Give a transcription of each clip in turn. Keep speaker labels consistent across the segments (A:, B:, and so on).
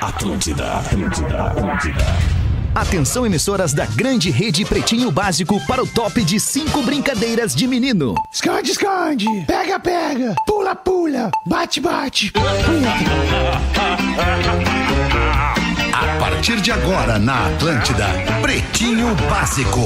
A: Atlântida, Atlântida, Atlântida. Atenção emissoras da grande rede Pretinho Básico para o top de cinco brincadeiras de menino.
B: Esconde, esconde. Pega, pega. Pula, pula. Bate, bate.
C: A partir de agora na Atlântida, Pretinho Básico,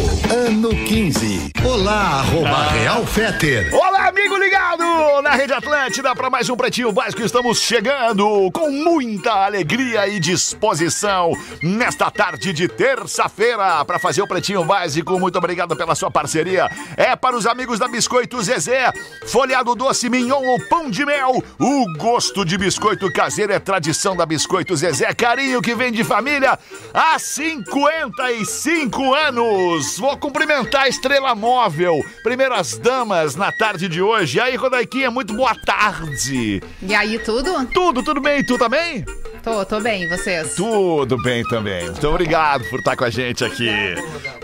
C: ano 15. Olá,
D: Ah.
C: arroba Real Feter.
E: Olá, amigo ligado na Rede Atlântida para mais um Pretinho Básico. Estamos chegando com muita alegria e disposição nesta tarde de terça-feira para fazer o Pretinho Básico. Muito obrigado pela sua parceria. É para os amigos da Biscoito Zezé, folhado doce, mignon ou pão de mel. O gosto de biscoito caseiro é tradição da Biscoito Zezé. Carinho que vem de família há 55 anos. Vou cumprimentar a Estrela Móvel, primeiras damas na tarde de hoje. E aí, Rodaiquinha, muito boa tarde.
F: E aí, tudo?
E: Tudo, tudo bem? Tu também?
F: Tô, tô bem, e vocês?
E: Tudo bem também. Muito obrigado por estar com a gente aqui.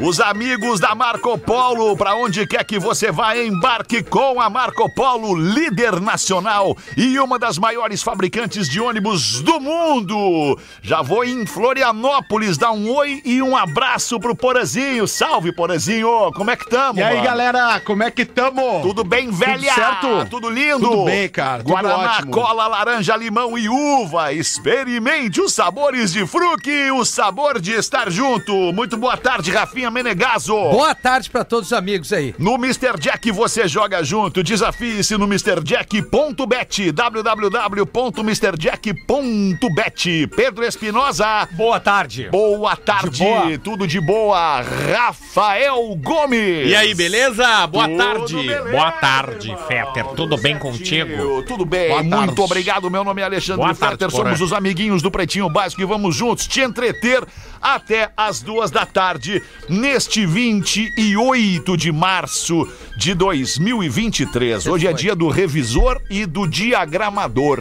E: Os amigos da Marco Polo, para onde quer que você vá, embarque com a Marco Polo, líder nacional e uma das maiores fabricantes de ônibus do mundo. Já vou em Florianópolis dar um oi e um abraço pro Porazinho. Salve, Porazinho! Como é que tamo?
B: E aí,
E: mano?
B: galera, como é que tamo?
E: Tudo bem, velha?
B: certo?
E: Tudo lindo?
B: Tudo bem, cara, tudo
E: Guaraná,
B: ótimo.
E: cola, laranja, limão e uva. Experimente os sabores de fruque e o sabor de estar junto. Muito boa tarde, Rafinha Menegaso.
G: Boa tarde pra todos os amigos aí.
E: No Mr. Jack você joga junto. Desafie-se no MrJack.bet. www.mrjack.bet. Pedro Espinosa.
G: Boa tarde.
E: Boa tarde.
G: De boa.
E: Tudo de boa. Rafael Gomes.
H: E aí, beleza? Boa
E: Tudo
H: tarde.
E: beleza,
H: Boa tarde,
E: irmão.
H: Fetter. Tudo bem
E: certinho.
H: contigo?
E: Tudo bem.
H: Boa tarde.
E: Muito obrigado. Meu nome é Alexandre
H: Boa
E: Fetter.
H: tarde, Porã.
E: Somos os amiguinhos do Pretinho Básico e vamos juntos te entreter até as duas da tarde neste 28 de março de 2023. Hoje é dia do revisor e do diagramador.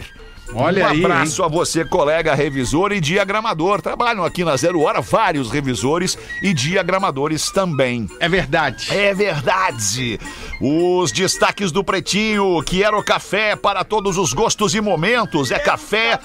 B: Olha
E: um
B: aí,
E: abraço a você, colega revisor e diagramador. Trabalham aqui na Zero Hora vários revisores e diagramadores também.
B: É verdade.
E: É verdade. Os destaques do Pretinho, que era o café para todos os gostos e momentos. É café,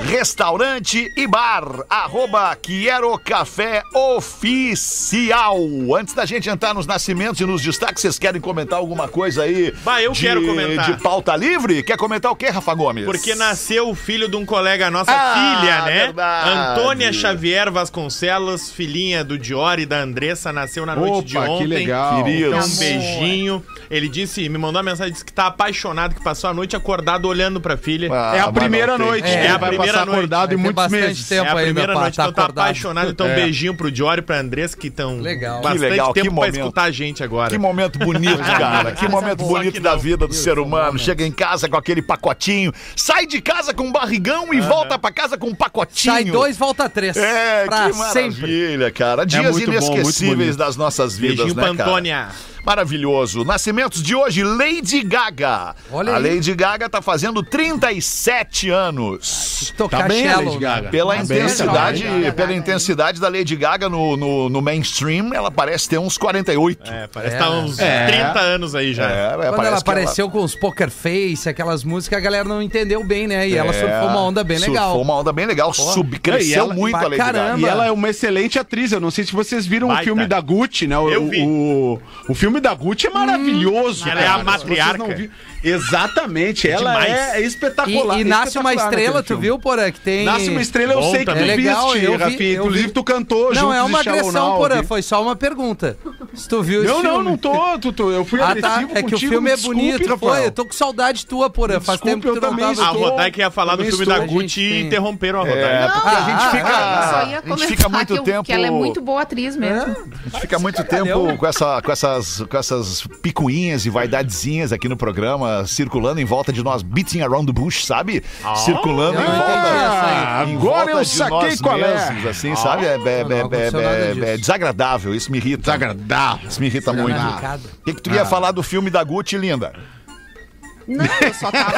E: restaurante e bar. Arroba Quiero Café Oficial. Antes da gente entrar nos nascimentos e nos destaques, vocês querem comentar alguma coisa aí?
H: Bah, eu
E: de-
H: quero comentar.
E: De pauta livre? Quer comentar o que, Rafa Gomes?
H: Porque nasceu o filho de um colega nossa,
E: Ah,
H: filha, né?
E: verdade.
H: Antônia Xavier Vasconcelos, filhinha do Dior e da Andressa, nasceu na noite de
B: Opa,
H: ontem.
B: que legal.
E: Querido.
H: Então, um
F: Amor.
H: beijinho. Ele disse, me mandou uma mensagem, disse que tá apaixonado, que passou a noite acordado olhando pra filha.
E: Ah,
B: É a
E: mas
B: primeira
E: não tem
B: noite.
E: jeito.
B: que
H: É a
B: vai
H: primeira
B: passar
H: noite.
B: acordado
G: Vai
B: em
G: ter
B: muitos
G: bastante
B: meses.
G: tempo.
H: é a
G: aí,
H: primeira
G: meu pá,
H: noite,
G: tá
H: então tá
G: acordado.
H: apaixonado. Então,
B: É.
H: beijinho pro Dior e pra Andressa, que estão
G: Legal.
H: bastante
E: Que legal, que
H: tempo pra
E: momento.
H: escutar a gente agora.
E: Que momento bonito, cara. Que momento
F: boa.
E: bonito da vida do ser humano. Chega em casa com aquele pacotinho, sai de casa com um barrigão e volta pra casa com um pacotinho.
G: Sai dois, volta três.
E: É,
G: pra
E: que
G: sempre.
E: maravilha, cara. Dias
B: muito bom, muito
E: inesquecíveis
B: bonito.
E: das nossas vidas,
H: Beijinho
E: né,
H: pra
E: cara?
H: Antônia.
E: Maravilhoso. Nascimentos de hoje, Lady Gaga.
G: Olha
E: a
G: aí.
E: Lady Gaga tá fazendo 37 anos.
G: Tocar né?
B: Tá bem,
G: cello,
B: Lady Gaga.
E: Pela
B: Tá bem,
E: intensidade,
F: tá bem.
E: pela intensidade da Lady Gaga no, no, no mainstream, ela parece ter uns 48.
H: É, parece
G: É.
H: que tá uns
B: É.
H: 30 anos aí já.
G: Quando ela
E: É, parece que
G: apareceu com os poker face, aquelas músicas, a galera não entendeu bem, né? E
B: É,
G: ela surfou uma onda bem legal.
E: É, Surfou uma onda bem legal.
B: E
E: Subcresceu
B: ela-
E: muito
G: pra
E: a Lady Gaga.
G: caramba.
B: E ela é uma excelente atriz. Eu não sei se vocês viram o
H: Baita.
B: filme da Gucci, né? O,
H: Eu vi.
B: O, o filme da Gucci
G: Hum.
B: é maravilhoso.
H: Ela é a
B: cara. Se vocês
H: matriarca.
B: não viram- Exatamente. ela
H: demais.
B: é espetacular.
G: E, e nasce uma
B: espetacular
G: estrela,
B: naquele
G: tu
B: filme.
G: viu, porra, que tem...
B: Nasce uma estrela, eu
H: Bom
B: sei que tu
H: também.
G: É legal,
B: viste,
G: eu vi,
B: Rafinha.
G: eu
B: Inclusive,
G: vi.
B: tu cantou junto
G: Não, é uma agressão, porra, foi só uma pergunta. Se tu viu esse
B: Não, não,
G: filme.
B: não tô, Tutu. Eu fui
G: Ah,
B: agressivo
G: tá. É
B: contigo.
G: que o filme
B: me
G: é
B: desculpe,
G: bonito.
B: Rafael.
G: Foi, eu tô com saudade tua,
B: Me
G: porra. Faz
B: desculpe,
G: tempo que
B: eu
G: tu não
B: também
G: tava
H: A
B: estou.
G: aqui.
H: Rodaica ia falar do
B: Também
H: filme
B: estou.
H: da Gucci
G: A gente
H: e
G: tem-
H: interromperam
E: É,
H: a Rodaica.
E: porque a gente
G: ah,
E: fica,
F: Ah, eu só ia
E: a gente
F: comentar
E: fica muito
F: que, eu-
E: tempo,
F: que ela é muito boa atriz mesmo.
E: a gente fica muito tempo com, essa, com essas com essas picuinhas e vaidadezinhas aqui no programa circulando em volta de nós, beating around the bush, sabe? circulando em
G: Ah,
E: volta.
G: essa Ah,
E: em
B: aí. Agora
E: volta
B: eu
E: de
B: saquei
E: nós
B: qual é.
E: mesmos, assim, sabe? É, é- é-
G: não aconteceu
E: é-
G: nada
E: é-
G: disso.
E: é desagradável, isso me irrita.
B: Desagradável.
E: Isso me irrita muito.
G: Desagradável. Ah.
E: O que, que tu ia falar do filme da Gucci, linda?
F: Não, eu só tava,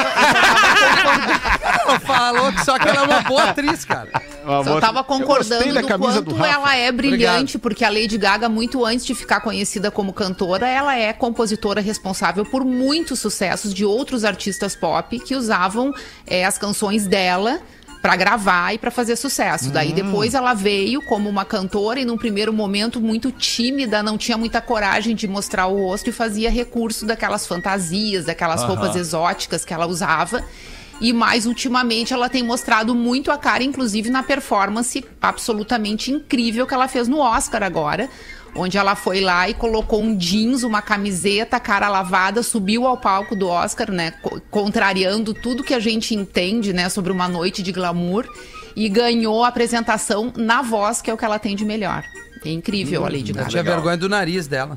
G: Ela ah, falou que só que ela é uma boa atriz, cara.
B: Ah,
F: só tava
B: gostei
F: concordando
B: da
F: do
B: camisa
F: quanto
B: do Rafa.
F: ela é brilhante, porque a Lady Gaga, muito antes de ficar conhecida como cantora, ela é compositora responsável por muitos sucessos de outros artistas pop que usavam eh, as é, canções dela pra gravar e pra fazer sucesso.
B: Hum.
F: Daí depois ela veio como uma cantora e num primeiro momento muito tímida, não tinha muita coragem de mostrar o rosto e fazia recurso daquelas fantasias, daquelas roupas exóticas que ela usava. E mais ultimamente ela tem mostrado muito a cara, inclusive na performance absolutamente incrível que ela fez no Oscar agora. Onde ela foi lá e colocou um jeans, uma camiseta, cara lavada, subiu ao palco do Oscar, né? co- Contrariando tudo que a gente entende, né? Sobre uma noite de glamour. E ganhou a apresentação na voz, que é o que ela tem de melhor. É incrível a Lady
G: Eu
F: Gaga.
G: tinha vergonha do nariz dela.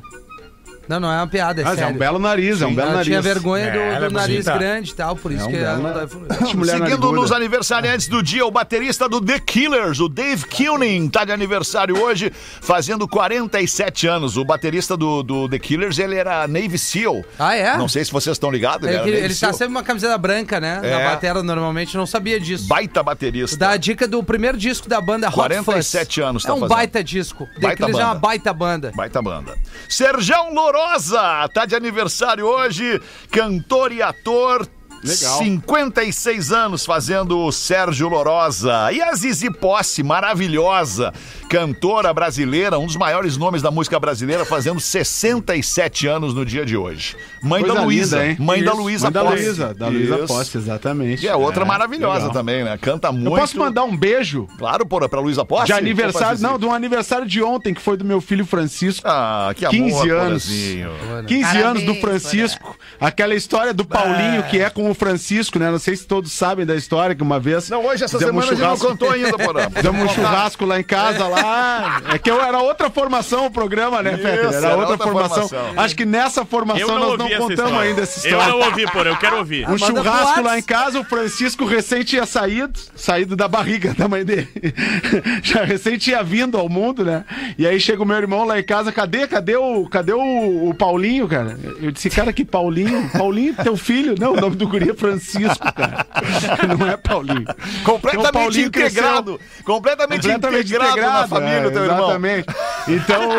G: Não, não é uma piada, é
D: Mas é
G: sério.
D: um belo nariz, é um belo
G: Ela
D: nariz.
G: tinha vergonha do-
H: É, ela
G: do,
H: é
G: nariz
H: bonita.
G: grande e tal, por isso
D: É um
G: que
D: belo
G: ela...
D: nariz. Mulher
E: Seguindo
D: nariguda.
E: nos aniversariantes do dia, o baterista do The Killers, o Dave Killing, tá de aniversário hoje, fazendo 47 anos. O baterista do, do The Killers, ele era Navy SEAL.
G: Ah, é?
E: Não sei se vocês estão ligados,
G: Ele,
E: era
G: ele,
E: Navy
G: tá
E: SEAL.
G: sempre uma camiseta branca, né?
E: né? É.
G: Da batera, normalmente, não sabia disso.
E: Baita baterista.
G: Dá a dica do primeiro disco da banda Hot
E: 47
G: Fuzz.
E: anos
G: É
E: tá
G: um
E: fazendo.
G: baita disco. The
E: Baita
G: Killers é
E: banda.
G: uma baita banda.
E: Baita banda. Serjão Lorosa, tá de aniversário hoje, cantor e ator.
D: Legal.
E: 56 anos fazendo o Sérgio Lorosa. E a Zizi Posse, maravilhosa, cantora brasileira, um dos maiores nomes da música brasileira, fazendo 67 anos no dia de hoje. Mãe
D: Coisa
E: da Luísa.
D: linda, hein?
E: Mãe da
D: Isso.
E: Luísa
D: Mãe da
E: Posse.
D: Luísa, da Luísa
E: Isso.
D: Posse, exatamente.
E: E é outra
D: É,
E: maravilhosa
D: legal.
E: também, né? Canta muito.
D: Eu posso mandar um beijo
E: Claro, porra, pra Luísa Posse?
D: de
E: Então pra
D: aniversário,
E: Zizi.
D: não, de um aniversário de ontem, que foi do meu filho Francisco.
E: Ah, que amor,
D: 15 anos.
E: Porazinho.
D: 15 anos do
F: Parabéns,
D: Francisco. Aquela história do Paulinho, que é com o Francisco, né? Não sei se todos sabem da história, que uma vez.
E: Não, hoje essa
D: fizemos um
E: semana a gente não
D: churrasco-
E: contou ainda, Porã.
D: Fizemos um churrasco lá em casa, lá. É que eu era outra formação o programa, né, Peter? Era,
E: era
D: outra,
E: outra
D: formação.
E: formação.
D: Acho que nessa
H: Eu
D: formação
H: não
D: nós
H: ouvi
D: não
H: essa
D: contamos
H: história.
D: ainda essa
H: Eu
D: história.
H: não ouvi, porra, eu quero ouvir.
D: Um
G: Manda pro
D: churrasco
G: Whats.
D: lá em casa, o Francisco recém tinha saído, saído da barriga da mãe dele. Já recém tinha vindo ao mundo, né? E aí chega o meu irmão lá em casa, cadê, cadê o, cadê o, o Paulinho, cara? Eu disse, cara, que Paulinho? Paulinho, teu filho? Não, o nome do guri é Francisco, cara. Não é Paulinho. Então, o
E: Completamente
D: Paulinho cresceu-
E: integrado. Completamente, integrado, na família,
D: é,
E: teu irmão.
D: exatamente. Então,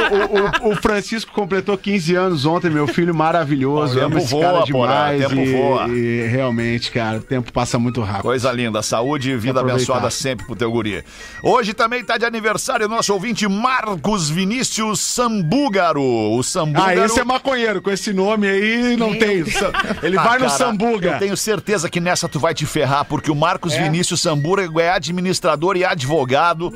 D: o, o- o Francisco completou 15 anos ontem, meu filho maravilhoso.
E: Olha,
D: Amo
E: tempo
D: esse
E: voa,
D: cara
E: Porã,
D: demais.
E: tempo
D: e,
E: voa.
D: e realmente, cara, o tempo passa muito rápido.
E: Coisa linda, saúde e vida
D: Aproveitar.
E: abençoada sempre pro teu guri. Hoje também tá de aniversário o nosso ouvinte Marcos Vinícius Sambúgaro. O Sambúgaro...
D: Ah, esse é maconheiro, com esse nome aí não tem. isso. Ele
E: Ah,
D: vai no
E: cara, Eu
D: Sambuga.
E: tenho certeza que nessa tu vai te ferrar, porque o Marcos Vinícius Sambúgaro é administrador e advogado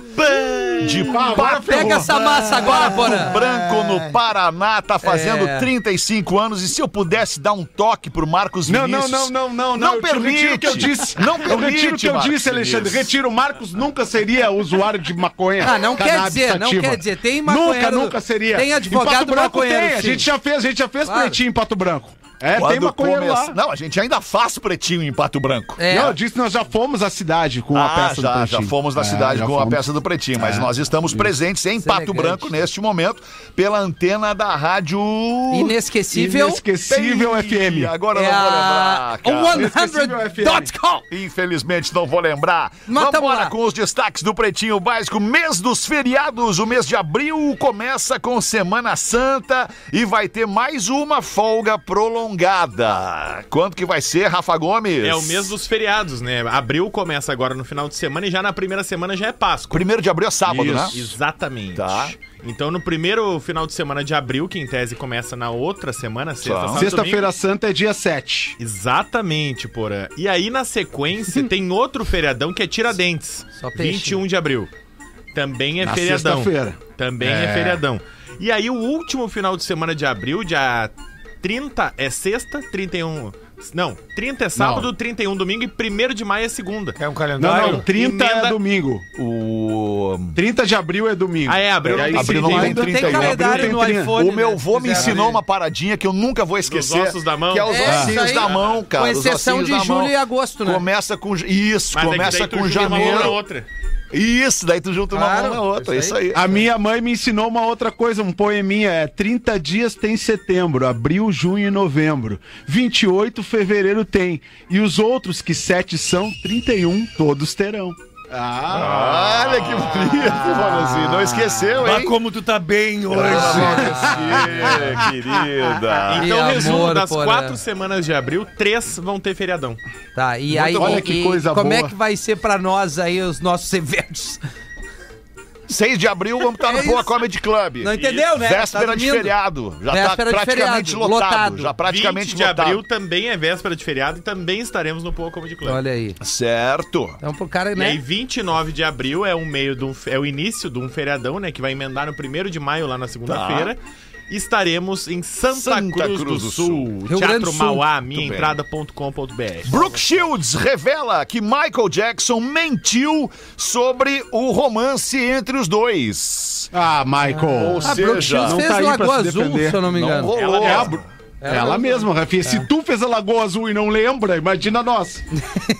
E: de
D: Ah, agora
E: Pato
G: Pega essa massa agora, Porã.
E: Branco no Paraná, tá fazendo
G: É.
E: 35 anos e se eu pudesse dar um toque pro Marcos
D: Não, não,
E: Vinícius.
D: não, não, não,
E: Não
D: eu te retiro o que eu
E: permite.
D: disse. eu
E: Não
D: retiro o
E: permite,
D: que eu
E: Marcos
D: disse, Alexandre.
E: Vinícius.
D: Retiro. O Marcos nunca seria usuário de maconha.
G: Ah, não quer
D: cannabis
G: dizer, não
D: sativa.
G: quer dizer. Tem
D: Nunca,
G: maconheiro-
D: nunca seria.
G: tem
D: Em
G: advogado
D: Pato Branco
G: maconheiro,
D: Tem. A
G: sim.
D: gente já fez, a gente já fez
G: Claro.
D: pretinho em Pato Branco. É, tem
E: Quando
D: maconheiro
E: começa-
D: lá.
E: Não, a gente ainda faz pretinho em Pato Branco.
G: É.
D: Não, eu disse que nós já fomos à cidade com a
E: Ah,
D: peça do
E: já,
D: Pretinho.
E: já fomos na
D: É,
E: cidade
D: já
E: com
D: fomos. É.
E: a peça do Pretinho, mas nós estamos presentes em
G: Isso é
E: Pato
G: elegante.
E: Branco neste momento pela antena da rádio
G: Inesquecível.
D: Inesquecível FM.
E: Agora
G: É
E: não vou lembrar.
G: a
E: cara. é
G: 100.com.
E: Infelizmente não vou lembrar.
G: Mas
E: Vamos
G: tamo
E: embora
G: lá.
E: com os destaques do Pretinho Básico. Mês dos feriados, o mês de abril começa com Semana Santa e vai ter mais uma folga prolongada. Quanto que vai ser, Rafa Gomes?
H: É o mês dos feriados, né? Abril começa agora no final de semana e já na primeira semana já é Páscoa.
E: Primeiro de abril é sábado, né?
H: Exatamente.
E: Tá.
H: Então no primeiro final de semana de abril, que em tese começa na outra semana, sexta,
E: Tá.
H: sábado, domingo.
D: Sexta-feira Santa é dia 7.
H: Exatamente, porra. E aí na sequência tem outro feriadão que é Tiradentes.
G: Só peixe,
H: 21 de abril. Também é
D: Na
H: feriadão.
D: sexta-feira.
H: Também é.
D: É.
H: feriadão. E aí o último final de semana de abril, dia 30 é sexta, 31 não, 30 é sábado, 31 domingo e 1 de maio é segunda.
I: É um
D: Não,
I: calendário.
D: não, 30
H: emenda-
D: é domingo.
E: O
D: 30 de abril é domingo.
H: Ah, é,
D: E
H: abril não
D: aí,
H: tem
D: abril
E: não tem
D: não tem
G: Ainda
D: um.
G: tem
E: 31,
G: calendário
D: abril
G: no
D: tem 30.
G: iPhone.
E: O
H: né?
E: meu avô me ensinou
G: uma
E: uma paradinha que eu nunca vou esquecer.
H: ossos da mão.
E: Que é os
H: É,
G: isso
E: ossinhos
G: aí.
E: da mão, cara.
G: Com
E: os
G: exceção
E: ossinhos
G: de
E: da mão.
G: julho e agosto, né?
E: Começa com. Isso,
H: é
E: começa com janeiro.
H: outra.
E: Isso, daí tu junta
G: Claro,
E: uma mão na outra.
G: isso
E: Isso
G: aí.
E: aí.
D: A minha mãe me ensinou uma outra coisa, um poeminha. É 30 dias tem setembro, abril, junho e novembro. 28 fevereiro tem. E os outros, que sete são, 31 todos terão.
E: Ah, olha que bonito,
G: Ah.
E: Valenzinho. Não esqueceu,
I: Mas
E: hein?
I: como tu tá bem hoje.
E: Ah, Valeci, querida.
H: Então,
G: Que
H: resumo,
G: amor,
H: das
G: Porã.
H: quatro semanas de abril, três vão ter feriadão.
G: Tá, e aí,
D: olha
G: e-
D: que
G: e
D: coisa
G: como é
D: boa.
G: que vai ser pra nós aí os nossos eventos?
E: 6 de abril vamos estar no
G: É
E: Boa
G: isso.
E: Comedy Club.
G: Não entendeu, né?
E: Véspera
G: Tá
E: de
G: dormindo.
E: feriado. Já
G: Véspera de
E: tá praticamente
G: feriado,
E: lotado,
G: lotado.
E: Já
H: 20
E: praticamente
H: de
E: lotado.
H: abril também é véspera de feriado e também estaremos no Poa Comedy
E: É.
H: Club.
G: Olha aí.
E: Certo.
G: Então, pro cara,
H: E aí,
G: né?
H: 29 de abril é o meio de um, é o início de um feriadão, né? Que vai emendar no 1 de maio, lá na segunda-feira.
G: Tá.
H: Estaremos em Santa,
E: Santa
H: Cruz,
E: Cruz
H: do
E: do
H: Sul,
G: Rio Grande
H: Teatro
G: do Sul.
H: Mauá,
E: bem.
H: minhaentrada.com.br.
E: Brooke Shields revela que Michael Jackson mentiu sobre o romance entre os dois.
D: Ah, Michael.
G: A Brooke Shields
D: não
G: fez
D: tá aí pra
G: Lagoa
D: se
G: Azul,
D: defender.
G: se eu não me engano.
E: rolou.
H: Ela mesma.
D: Ela, mesma, Rafinha. Se tu fez a Lagoa Azul e não lembra, imagina nós.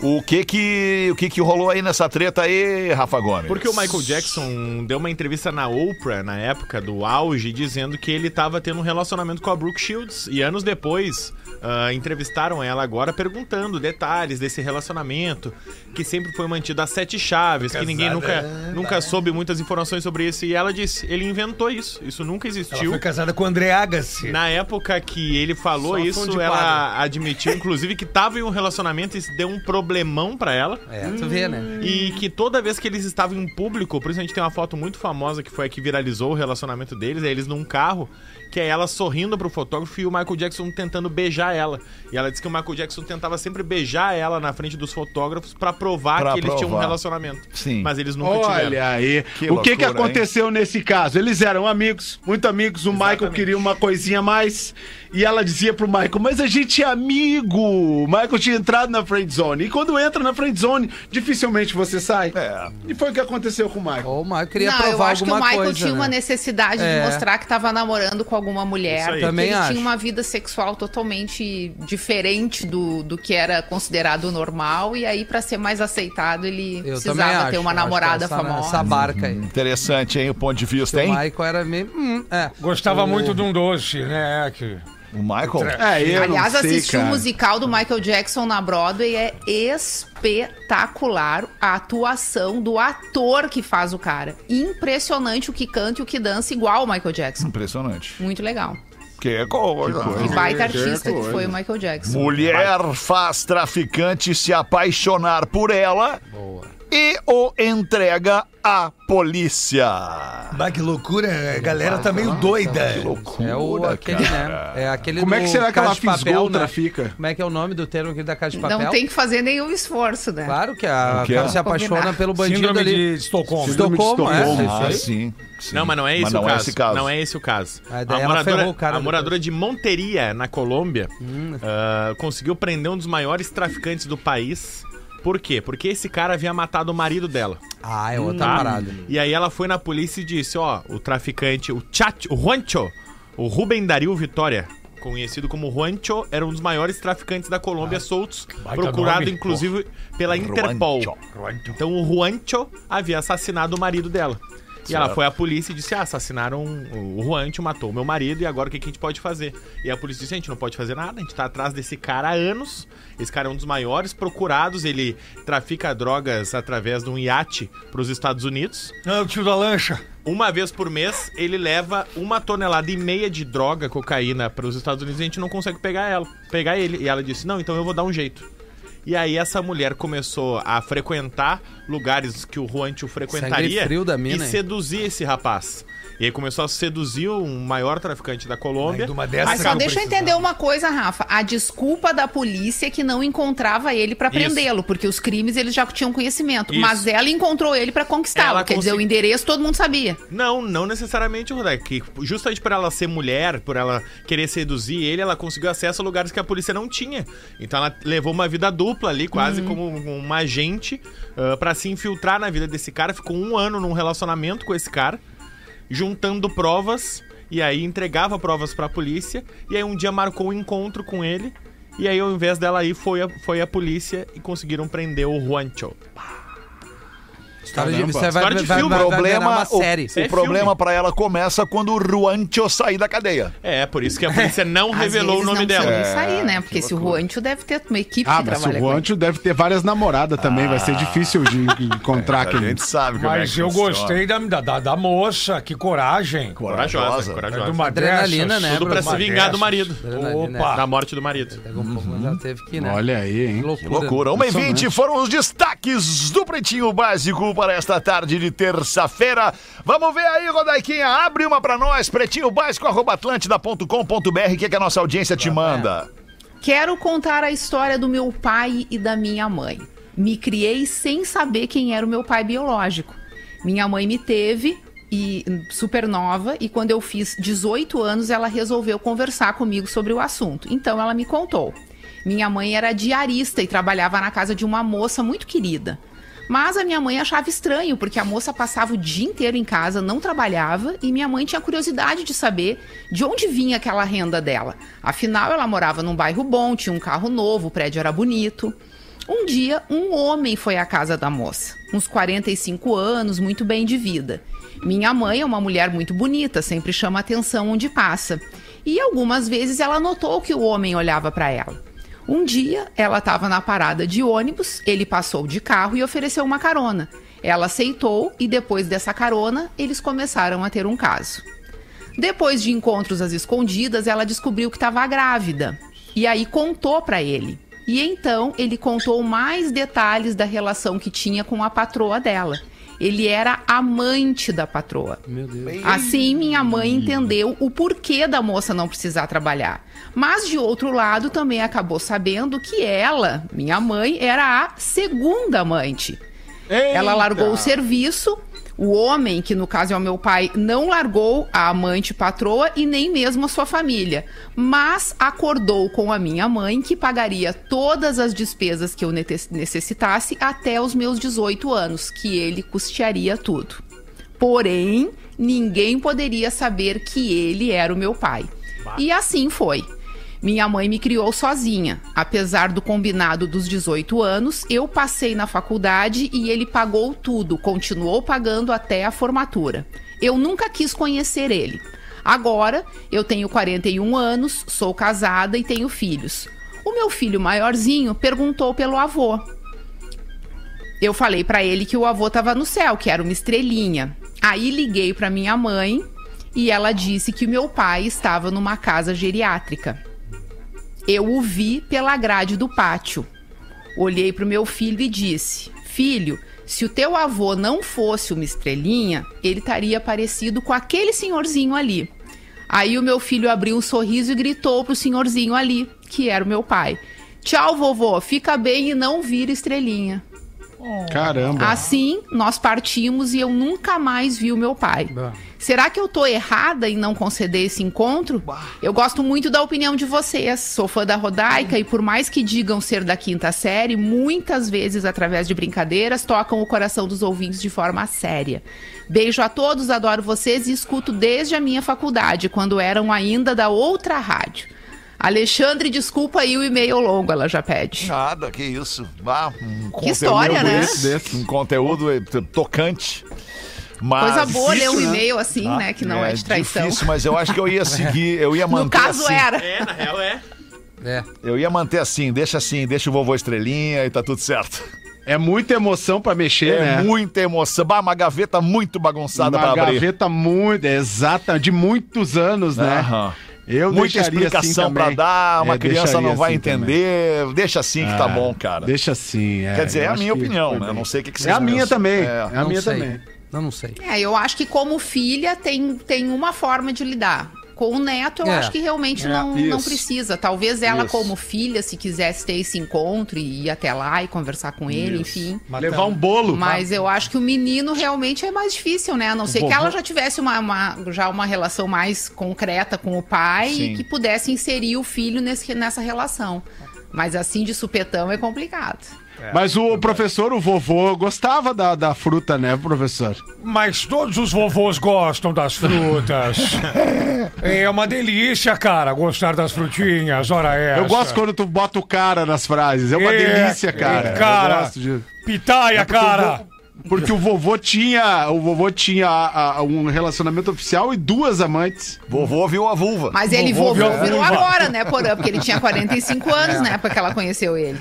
E: O que que o que que rolou aí nessa treta aí, Rafa Gomes?
H: Porque o Michael Jackson deu uma entrevista na Oprah na época do auge, dizendo que ele tava tendo um relacionamento com a Brooke Shields. E anos depois, ah, entrevistaram ela agora perguntando detalhes desse relacionamento, que sempre foi mantido a sete chaves, que ninguém nunca, nunca soube muitas informações sobre isso. E ela disse: ele inventou isso, isso nunca
I: Ela
H: existiu.
I: foi casada com o André Agassi.
H: Na época que ele falou
G: Só fundo
H: isso,
G: de
H: ela
G: quadro.
H: admitiu, inclusive, que tava em um relacionamento e isso deu um problemão pra ela.
G: É, tu vê, né?
H: E que toda vez que eles estavam em público, por isso a gente tem uma foto muito famosa que foi a que viralizou o relacionamento deles, é eles num carro, que é ela sorrindo pro fotógrafo e o Michael Jackson tentando beijar ela. E ela disse que o Michael Jackson tentava sempre beijar ela na frente dos fotógrafos pra provar
E: Pra
H: que eles tinham um
E: provar.
H: relacionamento.
E: Sim.
H: Mas eles nunca tiveram.
D: Olha aí.
E: Que
D: o que, que
E: loucura,
D: aconteceu nesse caso? Eles eram amigos, muito amigos. O Michael queria uma coisinha a mais. E ela dizia pro Michael, mas a gente é amigo. O Michael tinha entrado na friend zone. E quando entra na friend zone, dificilmente você sai.
E: É.
D: E foi o que aconteceu com o Michael.
G: Ou o Michael queria
F: não,
G: provar
F: eu acho que o
G: alguma
F: Michael
G: coisa.
F: tinha uma
G: né?
F: necessidade
G: É.
F: de mostrar que tava namorando com alguma
H: Isso
F: mulher.
H: aí.
F: porque
G: Também
F: ele
G: acho.
F: tinha uma vida sexual totalmente diferente do, do que era considerado normal. E aí, pra ser mais aceitado, ele
G: Eu também
F: precisava
G: acho,
F: ter uma
G: acho que
F: namorada
G: essa,
F: famosa.
G: Essa barca aí.
E: Interessante, hein, o ponto de vista,
G: O
E: hein?
G: Michael era meio. Hum, é.
I: Gostava muito de um doce, né? Que...
E: O Michael.
D: É, eu
F: Aliás,
D: não sei,
F: assistir o
D: cara.
F: musical do Michael Jackson na Broadway é espetacular a atuação do ator que faz o cara. Impressionante o que canta e o que dança igual o Michael Jackson.
E: Impressionante.
F: Muito legal.
E: Que coisa.
F: Que baita artista que foi o Michael Jackson.
E: Mulher faz traficante se apaixonar por ela e o entrega à polícia.
I: Bah, que loucura, a galera tá meio doida.
G: É o aquele, né? É aquele
D: Como é
G: do
D: que será que ela
G: Casa de Papel,
D: fisgou
G: né?
D: trafica?
G: Como é que é o nome do termo aquele da Casa de Papel?
F: Não tem que fazer nenhum esforço, né?
G: Claro que a
E: que é?
G: cara se apaixona
F: Combinar.
G: pelo bandido
I: Síndrome
G: ali.
I: de Estocolmo.
D: Síndrome de
G: Estocolmo, é.
D: Estocolmo.
G: isso aí.
E: Ah, sim, sim.
H: Não, mas não é esse, o,
E: não
H: caso.
E: esse caso.
H: Não é esse o caso.
G: Ah, daí
H: a
G: ela
H: moradora,
G: ferrou o cara Hum.
H: a moradora de Monteria, na Colômbia, ah, conseguiu prender um dos maiores traficantes do país. Por quê? Porque esse cara havia matado o marido dela.
G: Ah, é outra
H: tá?
G: parada.
H: E aí ela foi na polícia e disse, ó, o traficante, o Chacho, o Juancho, o Rubem Dario Vitória, conhecido como Juancho, era um dos maiores traficantes da Colômbia soltos,
I: Ah, baita
H: procurado
I: nome,
H: inclusive pela Interpol. Então o Juancho havia assassinado o marido dela. E ela foi à polícia e disse: Ah, assassinaram o Juancho, matou o meu marido, e agora o que que a gente pode fazer? E a polícia disse: A gente não pode fazer nada, a gente tá atrás desse cara há anos. Esse cara é um dos maiores procurados, ele trafica drogas através de um iate para os Estados Unidos.
I: Não, o tio da lancha.
H: Uma vez por mês, ele leva uma tonelada e meia de droga, cocaína, para os Estados Unidos e a gente não consegue pegar ela, pegar ele. E ela disse: Não, então eu vou dar um jeito. E aí essa mulher começou a frequentar lugares que o Juancho frequentaria
G: Sangue frio da mina,
H: e
G: hein?
H: seduzir esse rapaz. E aí começou a seduzir um maior traficante da Colômbia.
I: Aí, de uma dessa
H: Aí
I: que
F: Só
I: eu
H: acabou-
F: deixa eu entender uma coisa, Rafa. A desculpa da polícia é que não encontrava ele pra
H: Isso.
F: prendê-lo, porque os crimes eles já tinham conhecimento.
H: Isso.
F: Mas ela encontrou ele pra
H: Ela
F: conquistá-lo. Quer dizer, o
H: consegui-
F: endereço todo mundo sabia.
H: Não, não necessariamente, Rodaica. que Justamente por ela ser mulher, por ela querer seduzir ele, ela conseguiu acesso a lugares que a polícia não tinha. Então ela levou uma vida dupla ali, quase
F: Uhum.
H: como um- uma agente, ah, pra se infiltrar na vida desse cara. Ficou um ano num relacionamento com esse cara, juntando provas, e aí entregava provas pra polícia. E aí um dia marcou um encontro com ele. E aí, ao invés dela ir, foi a, foi a polícia e conseguiram prender o Juancho.
G: História de,
E: Caramba.
G: você vai,
H: História de
G: vai,
H: filme,
G: vai, vai
E: problema,
G: virar uma
E: o-
G: série.
E: O,
H: É
E: problema
H: filme.
E: pra ela começa quando o Ruancho sair da cadeia.
H: É, por isso que a polícia não
F: Às
H: revelou o
F: vezes
H: nome
F: não
H: dela. É,
F: precisa nem sair, né? Porque esse Juancho deve ter uma equipe
D: Ah,
F: que
D: mas
F: trabalha
D: o
F: com ele.
D: Guancho deve ter várias namoradas também. Vai ser difícil de en- encontrar
E: A
D: quem.
E: gente sabe como Ah. é
I: Mas
E: que
I: eu
E: funciona.
I: gostei da, da, da moça, que coragem.
H: Corajosa,
E: Corajosa.
I: É de
H: corajosa.
I: uma
G: Adrenalina,
I: dessas,
G: né,
I: de
H: Tudo pra
I: uma
H: se vingar do
I: dessas.
H: marido.
G: Adrenalina.
I: Opa.
H: Da morte do marido.
G: Pegou um pouco, mas ela teve que, né?
D: Olha aí, hein?
E: Que loucura. 1 e 20 foram os destaques do Pretinho Básico para esta tarde de terça-feira. Vamos ver aí, Rodaiquinha. Abre uma pra nós, pretinhobásico.com.br. O que, é que a nossa audiência te manda?
F: Quero contar a história do meu pai e da minha mãe. Me criei sem saber quem era o meu pai biológico. Minha mãe me teve e super nova e quando eu fiz 18 anos ela resolveu conversar comigo sobre o assunto. Então ela me contou. Minha mãe era diarista e trabalhava na casa de uma moça muito querida. Mas a minha mãe achava estranho, porque a moça passava o dia inteiro em casa, não trabalhava, e minha mãe tinha curiosidade de saber de onde vinha aquela renda dela. Afinal, ela morava num bairro bom, tinha um carro novo, o prédio era bonito. Um dia, um homem foi à casa da moça, uns 45 anos, muito bem de vida. Minha mãe é uma mulher muito bonita, sempre chama atenção onde passa. E algumas vezes ela notou que o homem olhava para ela. Um dia, ela estava na parada de ônibus, ele passou de carro e ofereceu uma carona. Ela aceitou e depois dessa carona, eles começaram a ter um caso. Depois de encontros às escondidas, ela descobriu que estava grávida e aí contou para ele. E então ele contou mais detalhes da relação que tinha com a patroa dela. Ele era amante da patroa. Assim, minha mãe entendeu o porquê da moça não precisar trabalhar. Mas, de outro lado, também acabou sabendo que ela, minha mãe, era a segunda amante. Ela largou o serviço. O homem, que no caso é o meu pai, não largou a amante patroa e nem mesmo a sua família, mas acordou com a minha mãe que pagaria todas as despesas que eu nete- necessitasse até os meus 18 anos, que ele custearia tudo. Porém, ninguém poderia saber que ele era o meu pai. E assim foi. Minha mãe me criou sozinha. Apesar do combinado dos 18 anos, eu passei na faculdade e ele pagou tudo, continuou pagando até a formatura. Eu nunca quis conhecer ele. Agora, eu tenho 41 anos, sou casada e tenho filhos. O meu filho maiorzinho perguntou pelo avô. Eu falei pra ele que o avô tava no céu, que era uma estrelinha. Aí liguei pra minha mãe e ela disse que meu pai estava numa casa geriátrica. Eu o vi pela grade do pátio. Olhei pro meu filho e disse: Filho, se o teu avô não fosse uma estrelinha, ele estaria parecido com aquele senhorzinho ali. Aí o meu filho abriu um sorriso e gritou pro senhorzinho ali, que era o meu pai: Tchau, vovô, fica bem e não vira estrelinha.
D: Caramba.
E: Ah.
F: Assim, nós partimos e eu nunca mais vi o meu pai. Será que eu tô errada em não conceder esse encontro? Eu gosto muito da opinião de vocês. Sou fã da Rodaica e por mais que digam ser da quinta série, muitas vezes através de brincadeiras tocam o coração dos ouvintes de forma séria. Beijo a todos, adoro vocês e escuto desde a minha faculdade, quando eram ainda da outra rádio. Alexandre, desculpa aí o e-mail longo, ela já pede.
E: Nada, que isso. Ah, um
F: Que história, né?
E: Um conteúdo eh, tocante. Mas
F: Coisa boa ler
E: Ah,
F: um
E: Difícil, né?
F: e-mail assim, né? Que não é, de traição.
E: Difícil, mas eu acho que eu ia seguir, eu ia manter
F: No caso
E: assim.
F: era.
H: É, na real é.
G: É.
E: Eu ia manter assim, deixa assim, deixa o vovô estrelinha e tá tudo certo.
D: É muita emoção pra mexer,
E: É,
D: né?
E: muita emoção. Bah, uma gaveta muito bagunçada
D: Uma
E: pra abrir.
D: gaveta muito, é exata, de muitos anos, né?
E: Aham.
D: Eu
E: Muita
D: deixaria
E: explicação
D: assim
E: pra
D: também.
E: dar, uma
D: É,
E: criança
D: deixaria
E: não vai
D: assim também.
E: entender. Deixa assim que tá
D: Ah,
E: bom, cara.
D: Deixa assim, é.
E: Quer dizer, é
D: Eu
E: a
D: acho
E: minha
D: que
E: opinião,
D: foi
E: né?
D: bem.
E: Não sei o que, que
D: É
E: vocês
D: a minha
E: pensam.
D: também.
E: É.
D: É a
G: Não
D: minha
G: sei.
D: também.
G: Não, não sei.
F: É, eu acho que como filha tem, tem uma forma de lidar. Com o neto, eu
G: É.
F: acho que realmente
D: É,
F: não, não
D: isso.
F: precisa. Talvez ela,
D: Isso.
F: como filha, se quisesse ter esse encontro e ir até lá e conversar com ele, enfim.
D: Levar um bolo.
F: Mas eu acho que o menino realmente é mais difícil, né? A não ser que ela já tivesse uma, uma- já uma relação mais concreta com o pai
E: Sim.
F: e que pudesse inserir o filho nesse, nessa relação. Mas assim, de supetão, é complicado.
D: Mas o professor, o vovô, gostava da, da fruta, né, professor?
I: Mas todos os vovôs gostam das frutas. é uma delícia, cara, gostar das frutinhas, ora essa.
D: Eu gosto quando tu bota o cara nas frases. É uma
I: É,
D: delícia, cara.
I: é, cara.
D: Eu gosto disso.
I: Pitaia, cara!
D: Porque o vovô tinha, o vovô tinha a- a- um relacionamento oficial e duas amantes.
E: Vovô viu a vulva.
F: Mas ele
I: Vovô
F: vovô
I: viu-
F: virou agora, né, Porã? Porque ele tinha 45
D: É.
F: anos na época que ela conheceu ele.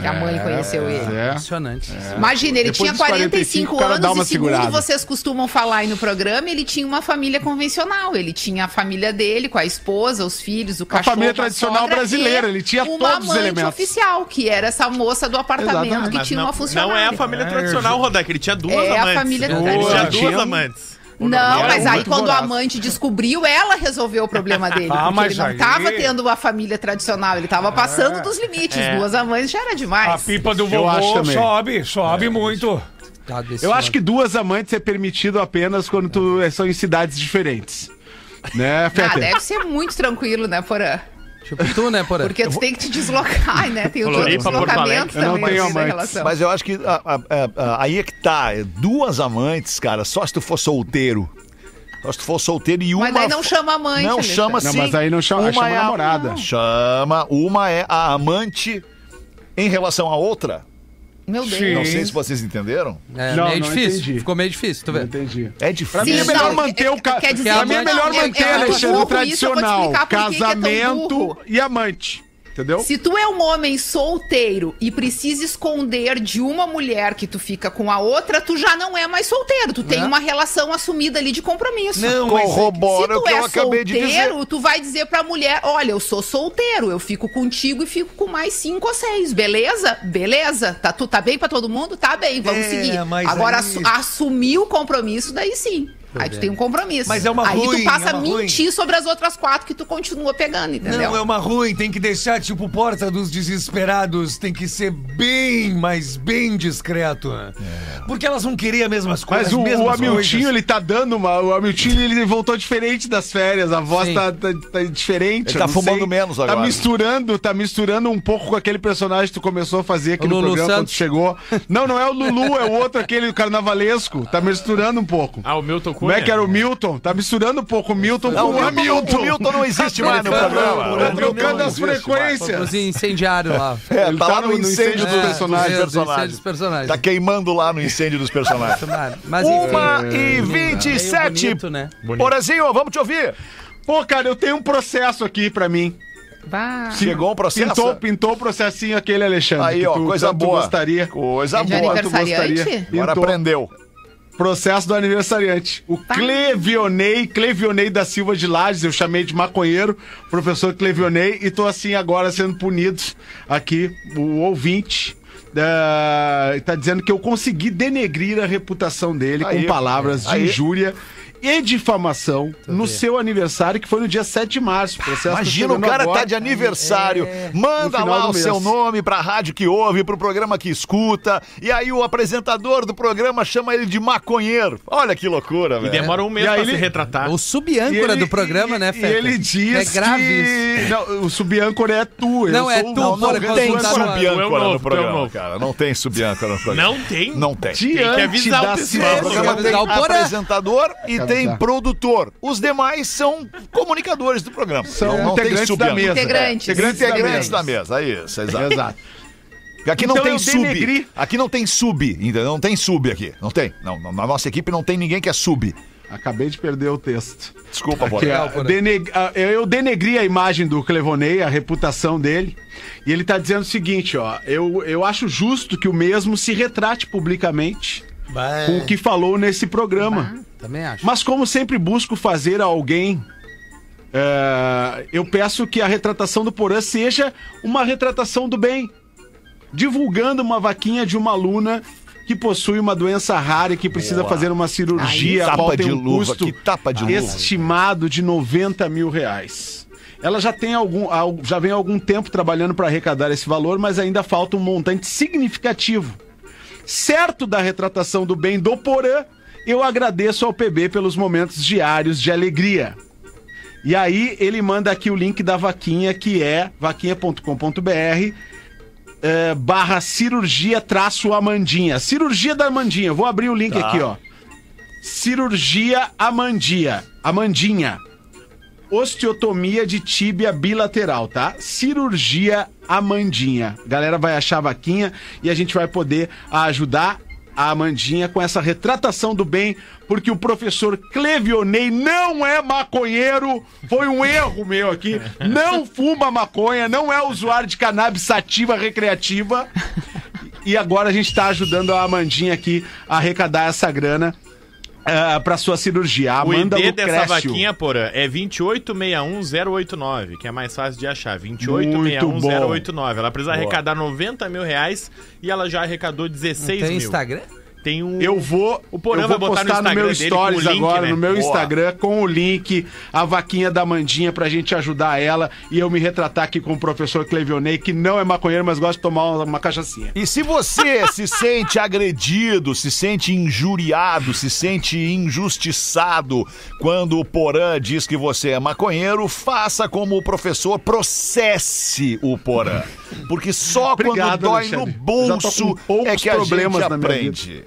F: Que a mãe conheceu ele.
D: É.
G: Impressionante.
F: Imagina, ele
D: Depois
F: tinha
D: dos 45
F: 45,
D: o cara dá
F: anos
D: uma
F: e segundo
D: segurada.
F: vocês costumam falar aí no programa, ele tinha uma família convencional. Ele tinha a família dele, com a esposa, os filhos, o cachorro,
D: família
F: a
D: tradicional
F: sogra
D: brasileira,
F: e
D: ele tinha
F: uma
D: todos os
F: amante
D: elementos.
F: oficial, que era essa moça do apartamento
D: Exatamente.
F: que
H: Mas
F: tinha
H: não,
F: uma funcionária.
H: Não é a família tradicional, Rodaica. Ele tinha duas
F: É a
H: amantes.
F: família
H: Ele
F: tradicional.
H: tinha duas
G: Tinha um-
H: amantes.
F: Não,
D: normal
F: mas
D: é
F: aí
D: muito
F: quando a
D: voraz.
F: amante descobriu, ela resolveu o problema dele.
I: Ah,
F: porque
I: mas
F: ele não
I: aí-
F: estava tendo uma família tradicional, ele estava passando dos limites. Duas amantes já era
I: A
F: demais.
I: pipa do
D: acho
I: vovô
D: também. É.
I: sobe, sobe muito.
G: Tá,
D: Eu acho que duas amantes é permitido apenas quando tu é só em cidades diferentes. Né,
F: Ah,
D: Feta?
F: deve ser muito tranquilo, né, Porã?
G: Tipo tu, né, Porã?
F: Porque tu tem que te deslocar, né? Tem o teu
H: Floripa, Porto
F: deslocamento
H: Alegre.
D: Eu não
F: também
D: tenho
F: assim, da
D: amantes.
F: relação.
E: Mas eu acho que a- a- a- a- aí é que tá. é Duas amantes, cara, só se tu for solteiro. Só se tu for solteiro e uma.
F: Mas aí não chama a mãe,
E: Não
F: Alexandre.
E: chama
D: Não,
E: sim. é
D: mas aí não chama- chama
E: a-
D: namorada.
E: Não, Chama, uma é a amante em relação à outra.
F: Meu Deus.
I: Sim.
E: Não sei se vocês entenderam.
G: É
D: Não,
G: meio
D: não
G: difícil.
D: entendi.
G: Ficou meio difícil, tu vê.
D: Entendi.
E: É difícil.
D: Pra mim é
F: Sim,
D: melhor
F: não,
D: manter o ca...
F: quer dizer,
D: pra mim é
G: não,
D: melhor
F: é- é
D: manter,
F: muito
D: Alexandre, o
F: burro isso, eu vou te
D: tradicional.
F: explicar por que que é tão
D: casamento
F: burro.
D: e amante.
J: Oh.
D: Entendeu?
F: Se tu é um homem solteiro e precisa esconder de uma mulher que tu fica com a outra, tu já não é mais solteiro. Tu tem
J: Né?
F: uma relação assumida ali de compromisso.
E: Não, mas é que- Corrobora
F: Se
E: o
F: tu
E: que
F: é
E: eu acabei de dizer.
F: solteiro, tu vai dizer pra mulher: olha, eu sou solteiro, eu fico contigo e fico com mais cinco ou seis, beleza? Beleza. Tá, tu tá bem pra todo mundo? Tá bem, vamos
J: É,
F: seguir.
J: mas
F: Agora,
J: aí-
F: assu- assumir o compromisso, daí sim. Aí tu tem um compromisso.
J: Mas é uma
F: Aí
J: ruim,
F: tu passa
J: é
F: a
J: uma ruim.
F: mentir sobre as outras quatro que tu continua pegando, entendeu?
J: Não, é uma ruim, tem que deixar tipo porta dos desesperados, tem que ser bem, mas bem discreto. Porque elas vão querer as mesmas coisas.
D: É. Mas o,
J: as mesmas
D: o Hamiltinho,
J: coisas.
D: ele tá dando uma. O Hamiltinho, ele voltou diferente das férias. A voz
G: Sim.
D: tá, tá- tá diferente.
E: Ele
D: eu
E: tá
D: não
E: fumando
D: sei.
E: menos
D: Tá
E: agora.
D: misturando, tá misturando um pouco com aquele personagem que tu começou a fazer aqui
G: O
D: no
G: Lulu
D: programa quando
G: Santos.
D: tu chegou. Não, não é o Lulu, é o outro, aquele carnavalesco. Tá misturando um pouco.
H: Ah, o Milton
D: Como
H: Cunha.
D: é que era o Milton? Tá misturando um pouco o Milton
E: Não,
D: com o Hamilton.
E: O Milton não existe mais no
G: Ele tá
E: programa.
G: no-
D: Tá
E: O Milton
D: trocando
E: não
D: as
E: existe mais.
D: frequências.
G: Os incendiários lá.
E: É,
D: Ele
E: tá lá no, incêndio, dos
G: dos
E: personagens.
G: incêndios dos personagens.
E: Tá queimando lá no incêndio dos personagens.
G: Mas enfim.
E: Uma e
G: Meio
E: 27.
G: bonito, né?
E: Porazinho, vamos te ouvir.
D: Pô, cara, eu tenho um processo aqui pra mim.
F: Bah.
E: Chegou um processo?
D: Pintou, pintou o processinho aquele, Alexandre.
E: Aí,
D: que
E: ó,
D: tu
E: coisa
D: tanto
E: boa.
D: gostaria.
E: Coisa
F: É de
E: boa.
F: aniversário. Aniversariante?
E: Agora
D: Pintou.
E: aprendeu.
D: Processo do aniversariante. O Clevionei, Clevionei da Silva de Lages, eu chamei de maconheiro, professor Clevionei, e tô assim agora sendo punido aqui, o ouvinte. eh, tá dizendo que eu consegui denegrir a reputação dele
E: Aí.
D: com palavras de
E: Aí.
D: injúria e difamação no seu aniversário, que foi no dia 7 de março. Processo tá
E: Imagina, o
D: chegando
E: cara tá
D: agora. É,
E: de aniversário. Manda
D: No final
E: lá
D: do
E: o
D: mês.
E: seu nome pra rádio que ouve, pro programa que escuta. E aí o apresentador do programa chama ele de maconheiro. Olha que loucura,
H: E
E: velho.
H: demora um mês
D: E aí
H: pra
D: ele-
H: se retratar.
G: O sub-âncora
D: E
G: do
D: ele-
G: programa,
D: e-
G: né,
D: E ele diz
G: É grave isso.
D: que... Não, o subâncora é tu. eu
G: Não, é
D: sou-
G: tu,
E: Não, não
G: Bora
E: tem
G: consultar lá.
H: Eu
E: subiâncora
H: novo,
E: no programa,
H: eu
E: cara. Não tem subiâncora no programa.
H: Não tem?
E: Não tem.
D: Diante
H: avisar o
D: da
H: pessoal.
E: O
G: Tem
E: programa tem
G: que avisar o Porã.
E: apresentador e
D: que
E: tem
D: avisar.
E: produtor. Os demais são comunicadores do programa.
D: São
E: não, não tem
D: integrantes da
E: subiâncora.
D: mesa.
F: Integrantes.
E: Integrantes,
D: da
E: integrantes
D: mesa.
E: da mesa, é isso, é exato.
D: Exato.
E: Porque Aqui não
D: Então
E: tem
D: eu
E: sub.
D: denegri.
E: Aqui não tem sub, entendeu? Não tem sub aqui. Não tem. Não, não, na nossa equipe não tem ninguém que é sub.
D: Acabei de perder o texto.
E: Desculpa,
D: Que é,
E: Boré.
G: Porã.
D: deneg- ah, eu- eu denegri a imagem do Clevonei, a reputação dele. E ele tá dizendo o seguinte, ó. Eu, eu acho justo que o mesmo se retrate publicamente
J: Vai.
D: com o que falou nesse programa.
G: Também acho.
D: Mas como sempre busco fazer a alguém, é, eu peço que a retratação do Porã seja uma retratação do bem. Divulgando uma vaquinha de uma aluna que possui uma doença rara e que precisa fazer uma cirurgia,
E: Aí,
D: a
E: tapa
D: qual tem
E: de
D: um
E: luva,
D: custo
E: que tapa de luva.
D: estimado de 90 mil reais. Ela já tem algum, al- já vem há algum tempo trabalhando para arrecadar esse valor, mas ainda falta um montante significativo certo da retratação do bem do Porã, eu agradeço ao PB pelos momentos diários de alegria. E aí ele manda aqui o link da vaquinha, que é vaquinha.com.br. eh, barra cirurgia traço Amandinha. Cirurgia da Amandinha. Eu Vou abrir o link aqui, ó. Cirurgia Amandia. Amandinha. Osteotomia de tíbia bilateral, tá? Cirurgia Amandinha. Galera vai achar a vaquinha e a gente vai poder ajudar a Amandinha com essa retratação do bem, porque o professor Clevionei não é maconheiro, foi um erro meu aqui, não fuma maconha, não é usuário de cannabis sativa recreativa. E agora a gente está ajudando a Amandinha aqui a arrecadar essa grana ah, pra para sua cirurgia. A
H: O ID
D: Amanda
H: dessa
D: Lucrécio.
H: vaquinha, porra, é 2861089, que é mais fácil de achar.
D: Muito bom.
H: 2861089. Ela precisa
D: Boa.
H: arrecadar 90 mil reais e ela já arrecadou 16
G: tem
H: mil.
G: Instagram?
H: Tem um.
D: Eu vou,
H: O Porã
D: eu
H: vai
D: vou
H: botar no
D: postar no,
H: Instagram
D: meu
H: dele com o
D: stories
H: link,
D: agora,
H: né?
D: no meu
H: Boa.
D: Instagram, com o link, a vaquinha da Mandinha pra gente ajudar ela e eu me retratar aqui com o professor Clevionei, que não é maconheiro, mas gosta de tomar uma, uma cachaçinha.
E: E se você se sente agredido, se sente injuriado, se sente injustiçado quando o Porã diz que você é maconheiro, faça como o professor, processe o Porã. Porque só
D: Obrigado,
E: quando dói
D: Alexandre.
E: no
D: Já
E: bolso
D: tô com poucos
E: é que a
D: problemas
E: gente
D: na minha
E: aprende.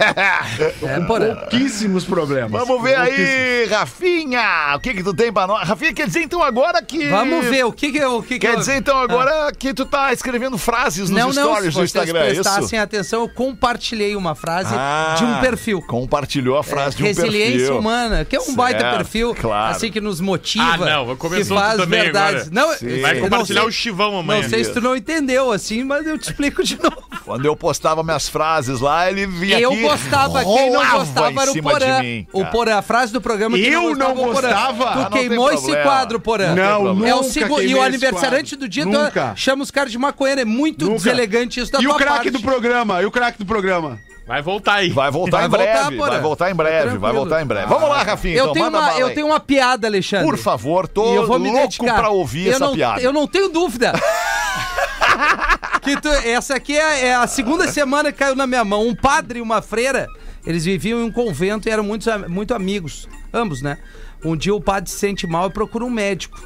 G: É, porra.
D: Pouquíssimos problemas.
E: Vamos ver
D: Pouquíssimos.
E: aí, Rafinha, o que que tu tem pra nós? Rafinha, quer dizer então agora que...
G: Vamos ver o que que eu... o que que
E: Quer
G: eu- Ah.
E: dizer então agora que tu tá escrevendo frases nos
G: Não, não, se
E: stories do
G: vocês
E: Instagram, é isso?
G: prestassem atenção, eu compartilhei uma frase
E: Ah,
G: de um perfil. É,
E: Compartilhou a frase de um
G: Resiliência
E: perfil.
G: humana, que é um
E: Certo,
G: baita perfil,
E: claro.
G: assim que nos motiva,
H: Ah, não, vou começar
G: que
H: outro
G: faz
H: também
G: verdades.
H: agora.
G: Não,
E: Sim.
H: Vai
E: Eu
H: compartilhar
G: não
H: o
G: sei,
H: chivão amanhã.
G: Não sei se tu não entendeu assim, mas eu te explico de novo.
E: Quando eu postava minhas frases lá, ele vinha
G: eu
E: aqui,
G: gostava, quem não
E: rolava
G: gostava
E: em
G: era o
E: cima de
G: Porã.
E: mim,
G: o
E: cara.
G: Porã, a frase do programa que
D: Eu não
G: o Porã.
D: gostava? Ah,
E: não
G: Tu
E: tem
G: queimou esse
E: problema.
G: quadro, Porã.
D: Não,
E: Não,
D: nunca
G: é o segundo
D: queimei
G: e
D: esse
G: o aniversariante
D: quadro.
G: do dia
D: Nunca.
G: tu chama os caras de maconheiro, é muito
D: Nunca.
G: deselegante isso da
D: E
G: tua
D: o craque
G: parte.
D: do programa? E o craque do programa?
H: Vai voltar aí.
E: Vai voltar
G: Vai
E: em
G: voltar,
E: breve,
G: Porã. Tá
E: vai voltar em breve, vai
G: Tranquilo. Ah.
E: voltar em breve. Vamos lá, Rafinha,
G: Eu
E: então,
G: tenho
E: manda
G: uma,
E: bala
G: eu
E: aí.
G: tenho uma piada, Alexandre.
E: Por favor, tô
G: eu vou me
E: louco
G: dedicar.
E: pra ouvir
G: Eu
E: essa
G: não-
E: piada.
G: Eu não tenho dúvida. que tu- essa aqui é, é a segunda semana que caiu na minha mão. Um padre e uma freira, eles viviam em um convento e eram muito, muito amigos. Ambos, né? Um dia o padre se sente mal e procura um médico.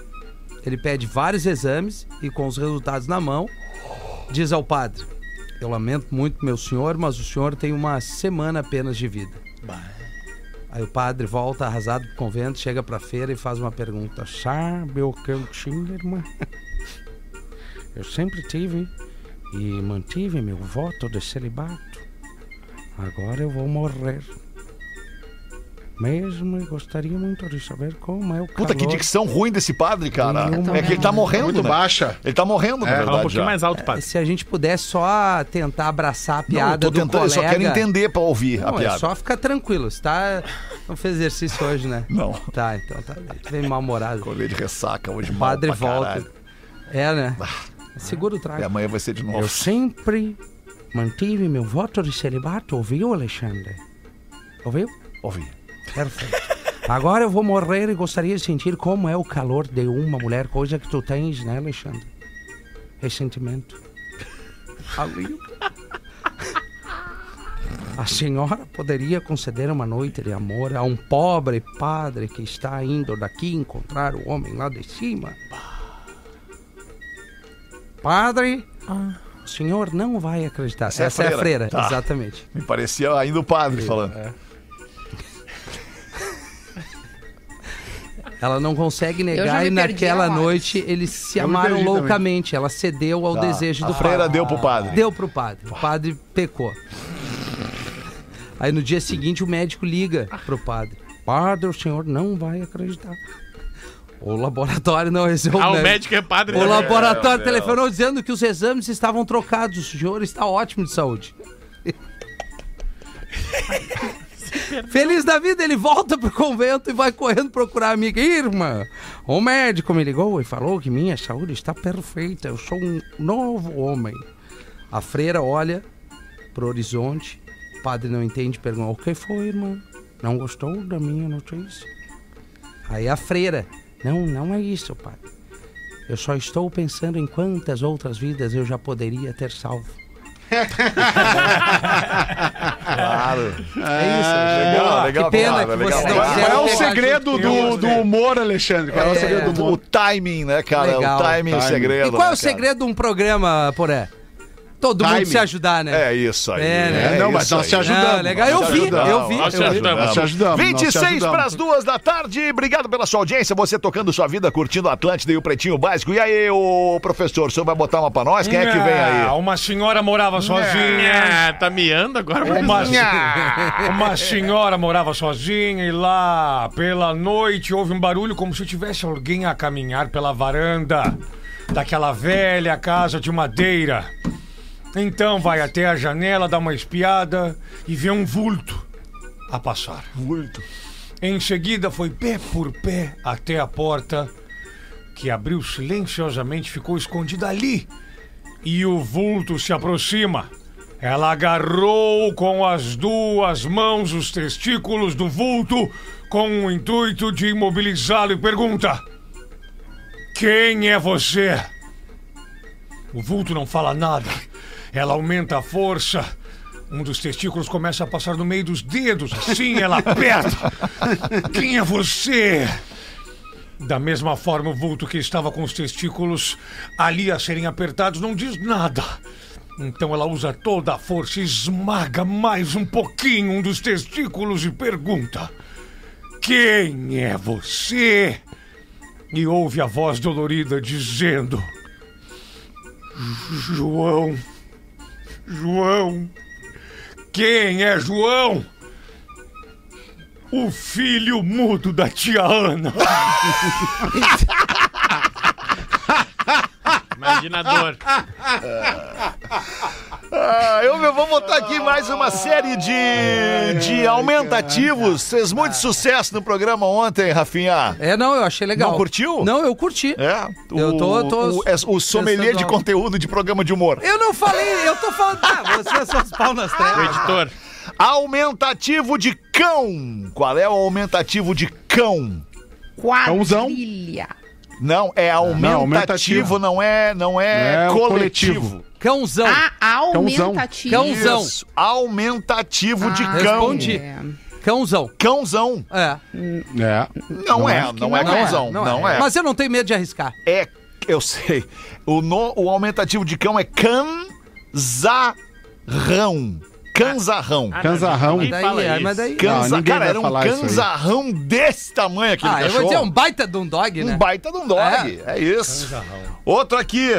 G: Ele pede vários exames e com os resultados na mão, diz ao padre: Eu lamento muito, meu senhor, mas o senhor tem uma semana apenas de vida. Aí o padre volta arrasado pro convento, chega pra feira e faz uma pergunta. Sabe o que eu tinha, irmã? Eu sempre tive e mantive meu voto de celibato. Agora eu vou morrer. Mesmo eu gostaria muito de saber como é o
E: Puta, que
G: calor.
E: dicção ruim desse padre, cara.
G: Nenhuma.
E: É que ele tá morrendo,
D: Muito
E: né?
D: baixa.
E: Ele tá
G: É,
E: morrendo, na
H: Fala um
E: verdade,
H: pouquinho
E: já.
H: mais alto, padre.
G: Se a gente puder só tentar abraçar a
E: Não, eu
G: piada
E: tô
G: do
E: tentando, eu
G: colega...
E: só quero entender pra ouvir a
G: Não,
E: piada.
G: é só ficar tranquilo. Você tá... não fez exercício hoje, né?
E: Não.
G: Tá, então tá. Vem mal-humorado.
E: Acordei de ressaca hoje,
G: O
E: mal
G: padre
E: pra
G: volta.
E: caralho. É
G: É, né? Segura o trago.
E: E amanhã vai ser de novo.
G: Eu sempre mantive meu voto de celibato, ouviu, Alexandre? Ouviu?
E: Ouvi.
G: Perfeito. Agora eu vou morrer e gostaria de sentir como é o calor de uma mulher, coisa que tu tens, né, Alexandre? Ressentimento. Alívio. A senhora poderia conceder uma noite de amor a um pobre padre que está indo daqui encontrar o homem lá de cima? Padre, o senhor não vai acreditar.
E: Essa é a freira. Tá.
G: exatamente.
E: Me parecia ainda o padre falando.
G: Ela não consegue
F: Eu já
G: negar
F: me
G: e
F: perdi
G: naquela
F: há horas.
G: noite eles se
D: me
G: amaram
D: perdi também.
G: loucamente. Ela cedeu ao
E: Tá.
G: desejo do
E: A freira
G: padre.
E: deu pro padre.
G: Deu pro padre. O padre pecou. Aí no dia seguinte o médico liga pro padre. Padre, o senhor não vai acreditar. O laboratório não resolveu.
H: Ah, o
G: né?
H: médico é padre.
G: O
H: né? é,
G: laboratório telefonou dizendo que os exames estavam trocados. O senhor está ótimo de saúde. Feliz da vida, ele volta pro convento e vai correndo procurar a amiga. Irmã, o médico me ligou e falou que minha saúde está perfeita. Eu sou um novo homem. A freira olha pro horizonte. O padre não entende, pergunta: O que foi, irmã? Não gostou da minha notícia? Aí a freira: Não, não é isso, padre. Eu só estou pensando em quantas outras vidas eu já poderia ter salvo.
E: Claro.
G: É isso.
E: legal, legal,
G: que pena
E: claro,
G: que
E: legal.
G: vocês não
E: Qual
D: Qual é
E: é
D: o
G: quiseram pegar
D: segredo
G: junto comigo.
D: do, do humor, Alexandre? Qual é o
G: É.
D: segredo do
E: O
D: humor?
E: timing, né, cara?
G: Legal.
E: O timing, é o segredo.
G: E qual é
E: né,
G: o segredo de um programa, Poré? Todo mundo
D: Timing.
G: se ajudar, né?
E: É isso aí.
G: É, né?
E: É
D: não, mas
E: isso
D: nós te
E: aí.
D: ajudamos.
G: Ah, legal. Eu
D: Nós te
G: vi,
D: ajudamos.
G: eu vi.
D: Nós te
G: eu vi.
D: ajudamos. Nós te ajudamos. nós te
E: 26
D: ajudamos.
E: para as duas da tarde. Obrigado pela sua audiência. Você tocando sua vida, curtindo a Atlântida e o Pretinho Básico. E aí, o professor, o senhor vai botar uma pra nós? Quem é que vem
I: Ah,
E: aí?
I: Uma senhora morava sozinha.
D: É.
H: Ah, tá miando agora?
I: Uma, uma senhora morava sozinha e lá pela noite houve um barulho como se tivesse alguém a caminhar pela varanda daquela velha casa de madeira. Então vai até a janela, dá uma espiada e vê um vulto a passar. Vulto. Em seguida foi pé por pé até a porta que abriu silenciosamente, ficou escondida ali. E o vulto se aproxima. Ela agarrou com as duas mãos os testículos do vulto com o intuito de imobilizá-lo e pergunta: Quem é você? O vulto não fala nada. Ela aumenta a força. Um dos testículos começa a passar no meio dos dedos. Assim ela aperta. Quem é você? Da mesma forma, o vulto que estava com os testículos ali a serem apertados não diz nada. Então ela usa toda a força, e esmaga mais um pouquinho um dos testículos e pergunta: Quem é você? E ouve a voz dolorida dizendo: "Jo- João, João, quem é João? O filho mudo da tia Ana.
H: Imagina a dor.
E: Ah, eu meu, vou botar aqui mais uma série de, de aumentativos. Fez muito sucesso no programa ontem, Rafinha.
G: É, não, eu achei legal.
E: Não curtiu?
G: Não, eu curti.
E: É,
G: Eu tô- tô
E: o, é, o sommelier
G: pensando
E: de
G: algo.
E: conteúdo de programa de humor.
G: Eu não falei, eu tô falando. Ah, você é suas pau nas
H: O
G: trevas.
H: editor.
E: Aumentativo de cão. Qual é o aumentativo de cão?
D: Cãozão?
F: Quadrilha.
E: Não, é
D: não,
E: aumentativo,
D: aumentativo.
E: não, é, não é,
D: É o
E: coletivo.
G: Cãozão.
F: Ah,
D: Cãozão.
F: aumentativo.
G: Cãozão.
E: Isso, aumentativo de
F: Ah,
E: cão.
G: respondi.
F: É.
G: Cãozão.
E: Cãozão.
G: É.
D: É.
E: Não, é, não é cãozão. Não, é.
G: Mas eu não tenho medo de arriscar.
E: É, eu sei. O, no, o aumentativo de cão é canzarrão. Canzarrão.
D: Canzarrão.
H: Ninguém
G: Daí,
H: fala
G: é,
H: isso.
G: mas daí.
E: Canza-
D: ninguém
E: cara,
D: vai
E: era um
D: falar isso aí.
E: canzarrão desse tamanho aquele
G: Ah, eu
E: cachorro.
G: vou dizer um baita de um dog, né?
E: Um baita de um dog. É, isso. Outro aqui.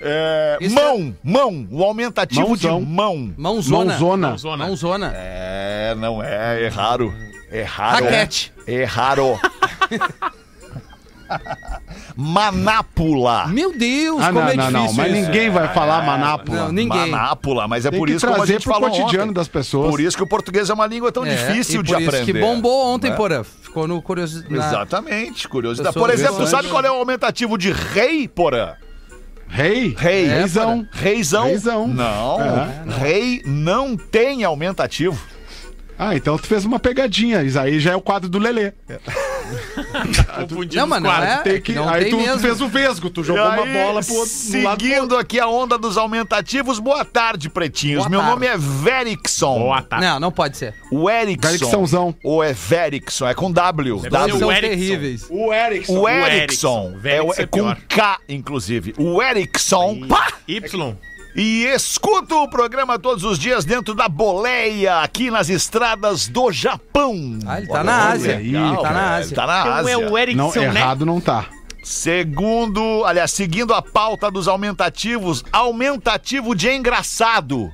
E: é,
G: Isso
E: mão, mão. O aumentativo
D: Mãozão.
E: de mão.
G: Mãozona.
D: Mãozona.
H: Zona.
G: Mãozona.
E: É, não é. É raro. É raro.
G: Raquete.
E: É raro. Manápula. É,
G: Meu Deus,
D: Ah,
G: como
D: não,
G: é
D: não,
G: difícil
D: não. Mas
G: isso.
D: ninguém vai falar manápula.
G: Não, ninguém.
E: Manápula, mas é
D: Tem
E: por
D: que
E: isso como a
D: trazer
E: gente
D: pro
E: falou
D: cotidiano
E: ontem.
D: das pessoas.
E: Por isso que o português é uma língua tão
G: É,
E: difícil
G: e
E: de
G: por
E: aprender.
G: Isso que bombou ontem,
E: né?
G: porã. Ficou no curioso. na-
E: Exatamente, curiosidade.
G: Pessoa
E: Por exemplo,
G: interessante.
E: sabe qual é o aumentativo de rei, Porã?
D: Rei?
E: Rei.
D: Reizão.
E: É, Reizão?
D: Reizão.
E: Não.
D: É.
E: Rei não tem aumentativo.
D: Ah, então tu fez uma pegadinha. Isso aí já é o quadro do Lelê.
H: Confundindo
G: Não,
H: os
G: mano, não
H: quadros.
G: é.
D: Tem que-
G: não
D: aí
G: tem
D: tu, tu
G: mesmo.
D: fez o Vesgo, tu jogou
E: E
D: uma
E: aí,
D: bola pro outro do lado. pro outro.
E: Seguindo aqui a onda dos aumentativos, boa tarde, pretinhos.
G: Boa
E: Meu
G: tarde.
E: nome é Verikson.
H: Boa tá. tarde.
G: Não, não pode ser.
E: O Erickson.
D: Vericksonzão.
E: Ou é Verikson, é com W.
H: Deve
E: w.
H: ser
G: São
H: o Erickson.
G: terríveis.
D: O Erickson.
E: O
H: Erickson.
E: Erickson, é, o-
H: Erickson
E: é
H: é
E: com
H: pior.
E: K, inclusive. O Erickson. Pá!
H: Y.
E: E escuta o programa todos os dias dentro da boleia, aqui nas estradas do Japão.
G: Ah, ele tá na Ásia.
E: legal,
G: Ele tá na
E: velho,
G: Ásia.
E: Tá na
H: Não
E: Ásia.
H: é o
D: Não,
H: Erickson, né?
D: errado não tá.
E: Segundo, aliás, seguindo a pauta dos aumentativos, aumentativo de engraçado.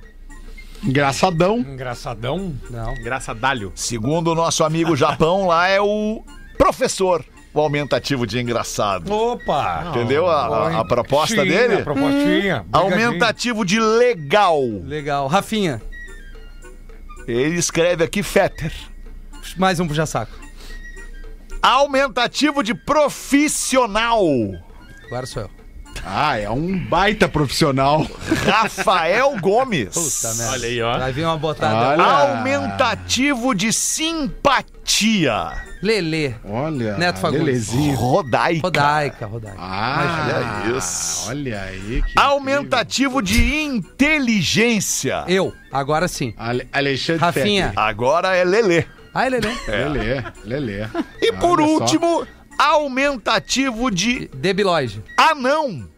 D: Engraçadão.
I: Engraçadão.
G: Não.
H: Engraçadalho.
E: Segundo o nosso amigo Japão, lá é o professor, o aumentativo de engraçado.
I: Opa!
G: Oh,
E: Entendeu a, a- a proposta
I: Sim,
E: dele? Hum.
I: A propostinha. brigadinho.
E: Aumentativo de legal.
G: Legal. Rafinha,
E: Ele escreve aqui Fetter.
G: mais um puxa saco.
E: Aumentativo de profissional.
G: Agora sou eu.
D: Ah, é um baita profissional.
E: Rafael Gomes.
G: Puta merda.
H: Olha aí, ó.
G: Vai vir uma botada.
D: Olha.
E: Aumentativo de simpatia.
G: Lelê.
D: Olha.
G: Neto Fagundes.
D: Lelezinho.
E: Rodaica.
G: Rodaica, Rodaica.
D: Ah,
E: Olha isso.
D: Olha aí. que
E: Aumentativo de inteligência.
G: Eu, agora sim.
D: incrível. Ale Alexandre
G: Rafinha. É.
E: Agora é Lelê.
G: Ai, Lelê.
D: Fetter. Lelê. Lelê.
E: E por
D: Olha só.
E: último, aumentativo de
G: Debiloide.
E: anão.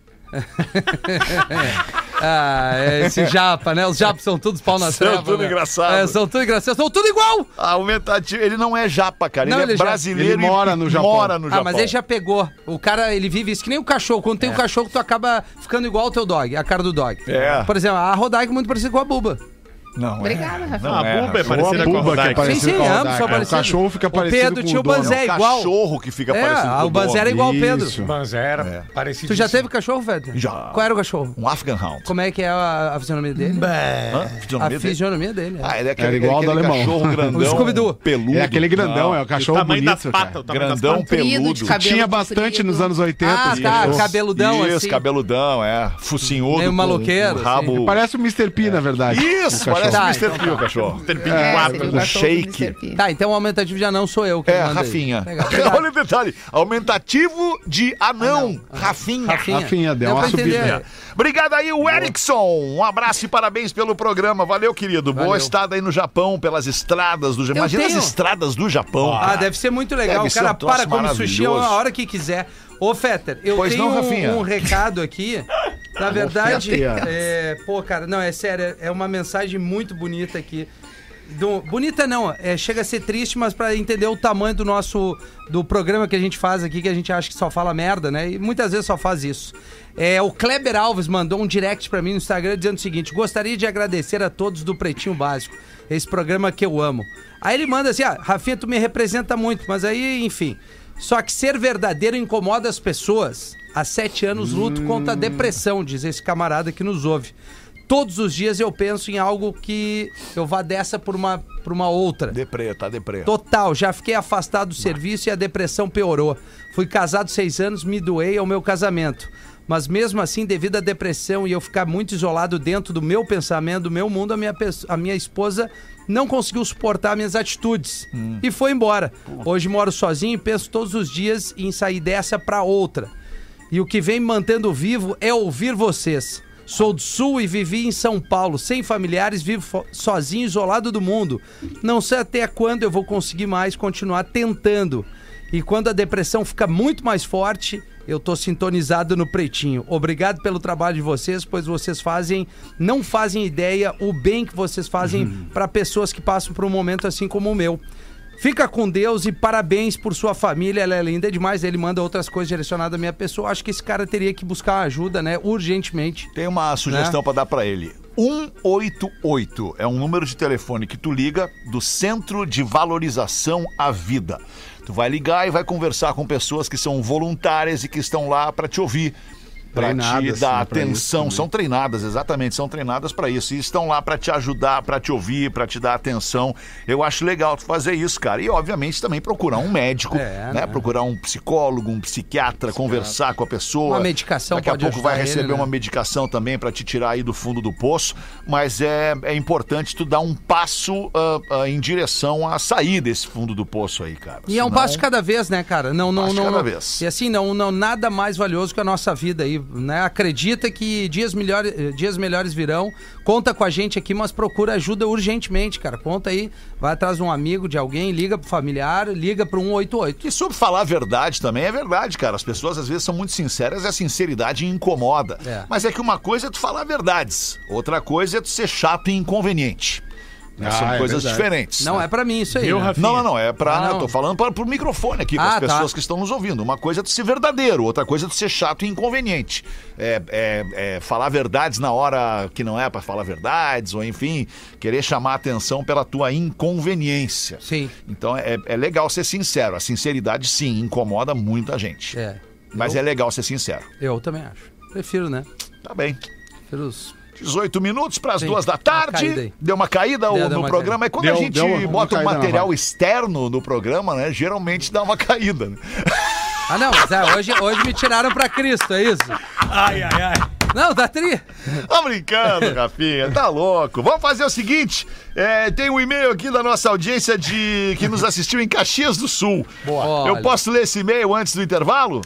G: Ah, é esse japa, né? Os japas são todos pau na
E: São
G: treva.
E: tudo
G: né?
E: engraçado.
G: É, são tudo engraçados. São tudo igual.
E: Aumentativo, ele não é japa, cara.
G: Não,
E: ele,
G: ele
E: é
G: é japa.
E: brasileiro
D: Ele
E: e
D: mora no Japão.
E: Mora no
G: Ah,
E: Japão.
G: mas ele já pegou. O cara, ele vive isso que nem o cachorro. Quando tem o cachorro, tu acaba ficando igual ao teu dog, a cara do dog.
E: É.
G: Por exemplo, a Rodaica é muito parecida com a Buba.
J: Não, é.
F: Obrigada, Rafael.
H: Não, a Buba é parecida com
D: Buba
H: a
D: que é
H: Rodaica.
D: parecido
G: sim,
D: com a
G: ambos
D: Rodaica.
G: são
D: O
G: parecidos.
D: cachorro fica
G: O
D: parecido
G: Pedro
D: com
G: tinha
D: o
G: o
D: dono.
G: Banzé. é igual.
E: cachorro que fica
G: É,
E: parecido com
G: a
E: o dono.
G: Banzera é igual ao Pedro.
D: Isso.
I: Mas
E: É.
I: era parecido.
G: Tu já teve cachorro, Fed?
E: Já.
G: Qual era o cachorro?
E: Um Afghan Hound.
G: Como é que é a, a fisionomia dele?
J: Bah.
E: Hã?
G: A
E: Fisionomia dele?
G: fisionomia dele. é.
E: Ah, ele é aquele,
D: Era igual ao
E: aquele
D: do alemão.
E: cachorro grandão,
G: O Scooby-Doo.
E: peludo.
D: É aquele grandão, é o
H: O
D: cachorro
H: tamanho das
D: bonito,
H: patas,
D: cara.
H: o tamanho das
E: Grandão,
H: patas.
F: Comprido, de
E: peludo.
F: cabelo
D: Tinha bastante
F: comprido.
D: nos anos 80.
G: Ah,
D: esse
G: tá,
D: cachorro.
G: cabeludão
E: Isso,
G: assim.
E: cabeludão, é. Focinhudo.
G: Meio
E: com
G: maloqueiro,
E: um rabo.
D: Parece o Mr. P, na verdade.
E: Isso,
D: O
E: parece
D: cachorro.
E: o
G: Tá,
E: Mr.
G: então
E: P, o cachorro.
F: É,
E: quatro,
F: seria o
E: com
F: cachorro do
E: shake.
F: Mr. P.
G: Tá, então o aumentativo já não sou eu que
E: É,
G: mando aí.
E: Rafinha.
G: Legal, obrigado.
E: Olha o detalhe. Aumentativo de anão. Rafinha.
G: Rafinha.
D: Rafinha, deu uma
G: pra entender.
D: subida.
E: Obrigado aí, o Erickson. Um abraço e parabéns pelo programa. Valeu, querido. Boa
G: Valeu.
E: estada aí no Japão, pelas estradas do Japão. Imagina
G: tenho-
E: as estradas do Japão.
G: Ah,
E: cara.
G: deve ser muito legal.
E: Deve
G: o
E: ser
G: cara
E: um troço
G: para come sushi a
E: maravilhoso.
G: hora que quiser. Ô, Fetter, eu
E: Pois
G: tenho
E: não,
G: um-
E: Rafinha?
G: um recado aqui. Na verdade,
D: Fetter.
G: é, pô, cara, não, é sério, é uma mensagem muito bonita aqui. Do- bonita não, é, chega a ser triste, mas pra entender o tamanho do nosso do programa que a gente faz aqui, que a gente acha que só fala merda, né? E muitas vezes só faz isso. É, o Kleber Alves mandou um direct pra mim no Instagram dizendo o seguinte: gostaria de agradecer a todos do Pretinho Básico, esse programa que eu amo. Aí ele manda assim: ah, Rafinha, tu me representa muito, mas aí, enfim. Só que ser verdadeiro incomoda as pessoas. Há sete anos luto contra a depressão, diz esse camarada que nos ouve. Todos os dias eu penso em algo que eu vá dessa por uma, por uma outra.
E: Deprê, tá deprê.
G: Total, já fiquei afastado do serviço e a depressão piorou. Fui casado seis anos, me doei ao meu casamento. Mas mesmo assim, devido à depressão e eu ficar muito isolado dentro do meu pensamento, do meu mundo, a minha, pes- a minha esposa não conseguiu suportar minhas atitudes e foi embora. Hoje moro sozinho e penso todos os dias em sair dessa pra outra. E o que vem me mantendo vivo é ouvir vocês. Sou do Sul e vivi em São Paulo, sem familiares, vivo fo- sozinho, isolado do mundo. Não sei até quando eu vou conseguir mais continuar tentando. E quando a depressão fica muito mais forte, eu tô sintonizado no pretinho. Obrigado pelo trabalho de vocês, pois vocês fazem, não fazem ideia o bem que vocês fazem pra para pessoas que passam por um momento assim como o meu. Fica com Deus e parabéns por sua família. Ela é linda demais. Ele manda outras coisas direcionadas à minha pessoa. Acho que esse cara teria que buscar ajuda, né? Urgentemente.
E: Tem uma
G: Né?
E: sugestão pra dar pra ele. 188 é um número de telefone que tu liga do Centro de Valorização à Vida. Tu vai ligar e vai conversar com pessoas que são voluntárias e que estão lá pra te ouvir. Pra te
D: Treinadas,
E: dar
D: né, pra
E: atenção,
D: isso, né?
E: são treinadas, exatamente, são treinadas pra isso. E estão lá pra te ajudar, pra te ouvir, pra te dar atenção. Eu acho legal tu fazer isso, cara. E obviamente também procurar um médico,
G: É,
E: né?
G: né?
E: Procurar um psicólogo, um psiquiatra, conversar com a pessoa.
G: Uma medicação
E: Daqui a
G: pode
E: pouco vai
G: ajudar ele,
E: receber
G: né?
E: uma medicação também para te tirar aí do fundo do poço, mas é, é importante tu dar um passo ah, ah, em direção a sair desse fundo do poço aí, cara.
G: E é um
E: Senão-
G: passo de cada vez, né, cara? Não, não,
E: Passo de
G: não.
E: cada
G: não.
E: vez.
G: E assim, não, não, nada mais valioso que a nossa vida aí, né? Acredita que dias melhores, eh, dias melhores virão. Conta com a gente aqui, mas procura ajuda urgentemente, cara. Conta aí, vai atrás de um amigo, de alguém, liga pro familiar, liga pro 188.
E: E sobre falar a verdade também, é verdade, cara. As pessoas às vezes são muito sinceras e a sinceridade incomoda.
G: É.
E: Mas é que uma coisa é tu falar verdades, outra coisa é tu ser chato e inconveniente. Né?
D: Ah,
E: São
D: é
E: coisas
D: verdade.
E: diferentes.
G: Não
E: né?
G: é pra mim isso aí.
H: Viu,
G: né?
H: Rafinha?
E: Não, não, não. É pra.
G: Ah,
E: né,
G: não.
E: Eu tô falando pra, pro microfone aqui,
G: Ah,
E: para as
G: tá.
E: pessoas que estão nos ouvindo. Uma coisa é de ser verdadeiro, outra coisa é de ser chato e inconveniente. É, é- é falar verdades na hora que não é pra falar verdades, ou enfim, querer chamar atenção pela tua inconveniência.
G: Sim.
E: Então é, é legal ser sincero. A sinceridade, sim, incomoda muita gente.
G: É.
E: Mas é legal ser sincero.
G: Eu também acho. Prefiro, né?
E: Tá bem.
G: Prefiro os
E: 18 minutos para as
G: Sim.
E: duas da
G: Uma caída
E: tarde.
G: aí.
E: deu uma caída
G: Deu,
E: o-
G: deu
E: no
G: uma
E: programa. É quando a
D: Deu-
E: gente
D: deu uma- uma
E: bota um
D: caída na
E: material
D: vaga.
E: externo no programa, né? Geralmente dá uma caída. né?
G: Ah, não, mas é, hoje, hoje me tiraram pra Cristo, é isso?
J: Ai, ai, ai.
G: Não, da tri.
E: Tá brincando, Rafinha, tá louco. Vamos fazer o seguinte: é, tem um e-mail aqui da nossa audiência de que nos assistiu em Caxias do Sul.
G: Boa.
E: Eu
G: Olha.
E: posso ler esse e-mail antes do intervalo?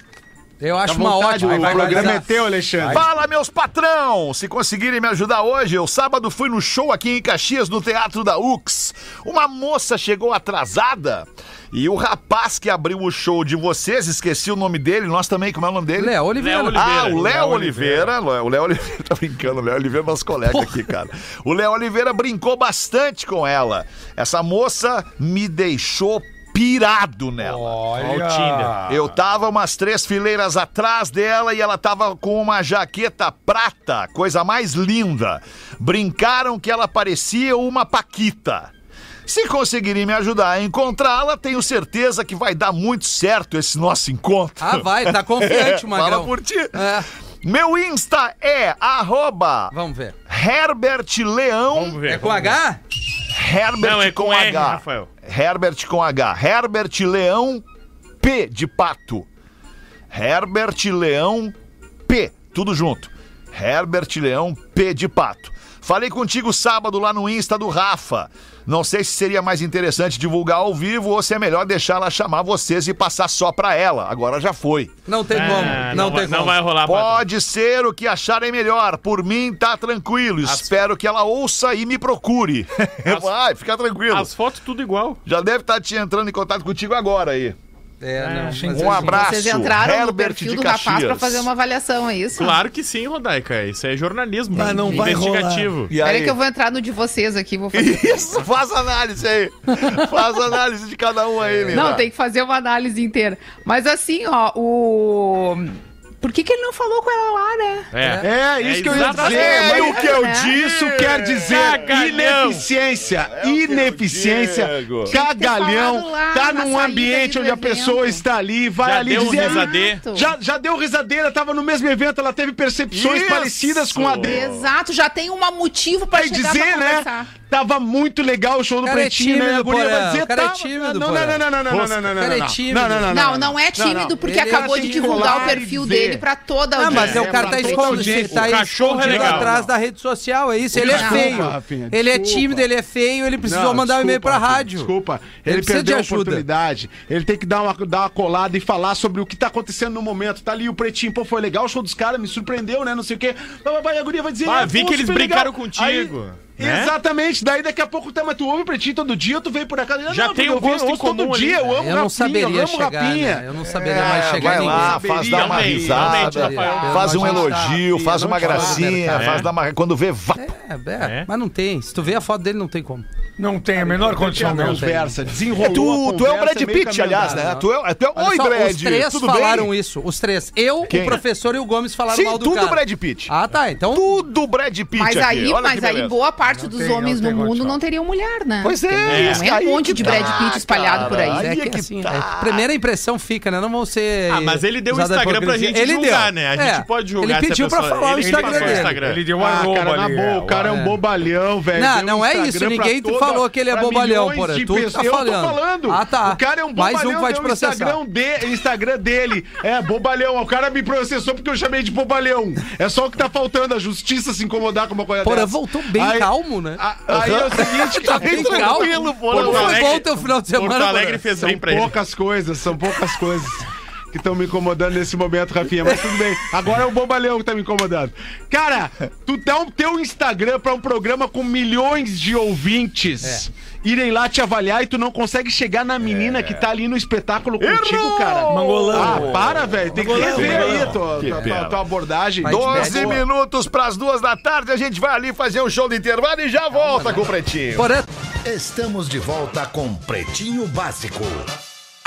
G: Eu acho uma
D: Vontade,
G: ótima.
D: o programa é
G: organizar.
D: teu, Alexandre.
E: Fala, meus patrão! Se conseguirem me ajudar hoje, eu sábado fui no show aqui em Caxias, no Teatro da UX. Uma moça chegou atrasada E o rapaz que abriu o show de vocês, esqueci o nome dele, nós também, como é o nome dele?
G: Léo Oliveira.
H: Léo Oliveira.
E: Ah, o Léo
H: Léo
E: Oliveira. O Léo Oliveira tá brincando, o Léo Oliveira é nosso colega aqui, cara. O Léo Oliveira brincou bastante com ela. Essa moça me deixou pirado nela.
I: Olha.
E: Ah. Eu tava umas três fileiras atrás dela e ela tava com uma jaqueta prata, coisa mais linda. Brincaram que ela parecia uma Paquita. Se conseguirem me ajudar a encontrá-la, tenho certeza que vai dar muito certo esse nosso encontro.
G: Ah, vai, tá confiante,
E: Fala
G: Magrão.
E: por ti.
G: É,
E: Meu Insta é arroba
G: vamos ver.
E: Herbert Leão.
H: Vamos ver.
G: É com H?
E: Herbert
H: Não, é
E: com,
H: com R,
E: H.
H: Rafael.
E: Herbert com H. Herbert Leão P de pato. Herbert Leão P. Tudo junto. Herbert Leão P de pato. Falei contigo sábado lá no Insta do Rafa. Não sei se seria mais interessante divulgar ao vivo ou se é melhor deixar ela chamar vocês e passar só pra ela. Agora já foi.
G: Não tem como.
H: Ah,
G: Não,
H: vai-
G: tem
H: não
G: como.
H: vai rolar. Pato.
E: Pode ser o que acharem melhor. Por mim, tá tranquilo. Espero que ela ouça e me procure. Vai, fica tranquilo.
H: As fotos tudo igual.
E: Já deve estar te entrando em contato contigo agora aí.
G: É, não. mas
E: Um
G: é-
E: abraço.
F: Vocês entraram no
E: Herbert
F: perfil
E: de
F: do rapaz pra
E: Caxias.
F: fazer uma avaliação, é isso?
H: Claro que sim, Rodaica. Isso é jornalismo.
K: Mas não vai rolar.
H: Investigativo.
E: E
F: Peraí
E: aí?
F: que eu vou entrar no de vocês aqui, vou fazer.
E: Isso, faz análise aí. faz análise de cada um
G: É.
E: aí, menina.
F: Não, tem que fazer uma análise inteira. Mas assim, ó, o. Por que, que ele não falou com ela lá, né? é,
H: É.
A: É, isso que eu ia
H: exatamente.
A: dizer.
E: Ei,
A: mas
E: o que eu
A: Isso quer dizer
H: Cagalhão.
A: ineficiência,
E: o que eu
A: ineficiência,
E: digo.
A: cagalhão.
F: falado lá
A: Tá
F: na
A: num
F: saída
A: ambiente
F: do
A: onde a
F: evento.
A: pessoa está ali, vai
H: Já
A: ali
H: deu um
A: dizer, "Ah,
H: risadê.
A: Já, já deu risadeira, tava no mesmo evento, ela teve percepções
E: Isso.
A: parecidas com a dele.
F: Exato, já tem um motivo pra
A: Vai
F: chegar
A: dizer,
F: pra
A: né?
F: conversar.
A: Tava muito legal o show do
G: Cara é
A: Pretinho, né?
G: tímido,
A: A guria
G: Porã,
A: vai dizer,
G: o cara é
A: tava-
G: tímido,
A: não, não, não,
G: Porã.
A: não, não, não, não, não, não, não,
G: Cara é
A: não.
G: tímido.
A: Não, não, não,
F: Não, não é tímido, porque
G: Ele
F: acabou
A: tem
F: de
A: que
F: divulgar
A: rolar
F: o perfil
A: e
F: dele
A: ver.
F: pra toda a
G: Ah, mas é,
F: audiência.
G: o cara tá
A: pra toda
G: escondido,
A: audiência.
G: tá
H: O cachorro é
G: escondido
H: legal.
G: atrás da rede social, é isso? Ele
F: Desculpa,
G: é feio.
A: Rafinha,
G: ele é
A: desculpa.
G: tímido, ele é feio, ele precisou
A: Não,
G: mandar um e-mail pra
A: desculpa, Arthur,
G: rádio.
A: Desculpa,
G: Ele
A: ele,
G: precisa
A: perdeu
G: de
A: a
G: ajuda.
A: oportunidade. Ele tem que dar uma, dar uma colada e falar sobre o que tá acontecendo no momento. Tá ali o pretinho, pô, foi legal o show dos caras, me surpreendeu, né? Não sei o quê. Vai, vai, vai, a guria vai dizer.
H: Ah,
A: "É,
H: vi
A: pô,
H: que eles
A: super
H: brincaram
A: legal."
H: contigo,
A: Aí,
H: né?
A: Exatamente, daí daqui a pouco tá, mas tu ouve o pretinho todo dia, tu vem por acaso. Ele,
H: Já tem
A: porque
H: o
A: eu
H: gosto
A: ouço
H: em comum
A: todo
H: ali,
A: dia, eu
H: né?
A: amo
G: Eu não
A: Rafinha, eu
G: saberia
A: amo
G: chegar,
A: Rapinha.
G: né? Eu não saberia mais
E: É,
G: chegar em
E: vai
G: ninguém.
E: lá, faz
A: saberia.
E: dar uma
H: Realmente, realmente,
E: risada,
H: Rafael.
E: faz um
G: Não, não está
E: elogio,
G: aqui,
E: faz
G: não
E: uma
G: está
E: gracinha,
G: aqui,
E: faz
H: é.
E: dar uma. Quando vê, vá.
G: É, é,
H: É.
G: mas não tem. Se tu vê a foto dele, não tem como.
I: Não tem a menor condição
A: Não,
I: mesmo.
A: conversa, desenrolou.
E: Tu,
A: a
E: tu é o
A: conversa
E: Brad
A: meio
E: Pitt,
A: caminho
E: aliás,
A: andado.
E: né? Tu é, tu é...
G: Olha
E: Oi,
G: só,
E: Brad.
G: Os três
E: tudo
G: falaram
E: bem?
G: isso. Os três. Eu,
E: Quem?
G: o professor e o Gomes falaram
E: Sim,
G: mal do
E: tudo
G: cara.
E: Brad Pitt.
G: Ah, tá. Então.
E: Tudo Brad Pitt
F: Mas
E: aqui.
F: aí,
E: Olha que
F: mas aí
E: beleza.
F: boa parte dos
I: tem- não
F: homens
I: tem
F: no mundo
I: condição.
F: não teriam mulher, né?
E: Pois é, isso
F: Não é um
E: aí
F: monte de
E: que
F: Brad
E: tá,
F: Pitt espalhado por
E: cara.
F: aí.
G: É
E: Aí
G: que,
E: é que
G: assim,
E: tá.
G: a primeira impressão fica, né? Não vão ser.
H: Ah, mas ele deu o
G: usada
H: Instagram pra
G: hipocrisia.
H: gente
G: ele
H: julgar,
G: deu.
H: né? A gente
G: É.
H: pode julgar
G: Ele
H: se a
G: pediu pra
H: pessoa-
G: falar o
H: ele- ele
G: Instagram
H: passou o
G: dele.
H: Instagram.
I: Ele deu um
A: Ah,
I: arroba
A: cara, na
I: ali.
A: boa,
I: é,
A: o cara é um
G: é.
A: bobalhão, velho.
G: Não,
A: Deu
G: não
A: um
G: é
A: Instagram
G: isso,
A: pra
G: ninguém
A: toda-
G: falou que ele é
A: pra
G: bobalhão,
A: milhões
G: Porã,
A: de
G: tu que tá
A: pessoas. Eu tô
G: falhando.
A: falando.
G: Ah, tá.
A: O cara é um
G: Mais
A: bobalhão,
G: um vai te
A: deu
G: processar.
A: Instagram, de, Instagram dele. É, bobalhão. O cara me processou porque eu chamei de bobalhão. É só o que tá faltando, a justiça se incomodar com uma coisa
G: Porra,
A: dessa.
G: voltou bem
A: Aí-
G: calmo, né?
A: a- Aí é o seguinte,
G: Tá bem calmo.
H: Porã.
G: Como foi
H: Alegre-
G: bom o teu final de semana,
H: Porto Alegre
G: Porã?
H: fez
A: São
H: bem pra ele.
A: poucas coisas, são poucas coisas que estão me incomodando nesse momento, Rafinha, mas tudo bem. Agora é o bobalhão que tá me incomodando. Cara, tu dá o teu Instagram pra um programa com milhões de ouvintes. Irem lá te avaliar e tu não consegue chegar na menina que tá ali no espetáculo contigo, cara.
K: Mangolão.
A: Ah, para, velho. Tem que rever aí a tua, tua- tua-
E: pena.
A: tua abordagem.
G: Vai de
A: Doze
E: 12 minutos pras duas da tarde, a gente vai ali fazer um show de intervalo e já volta
G: né?
E: com o Pretinho.
G: Porã,
L: Estamos de volta com Pretinho Básico.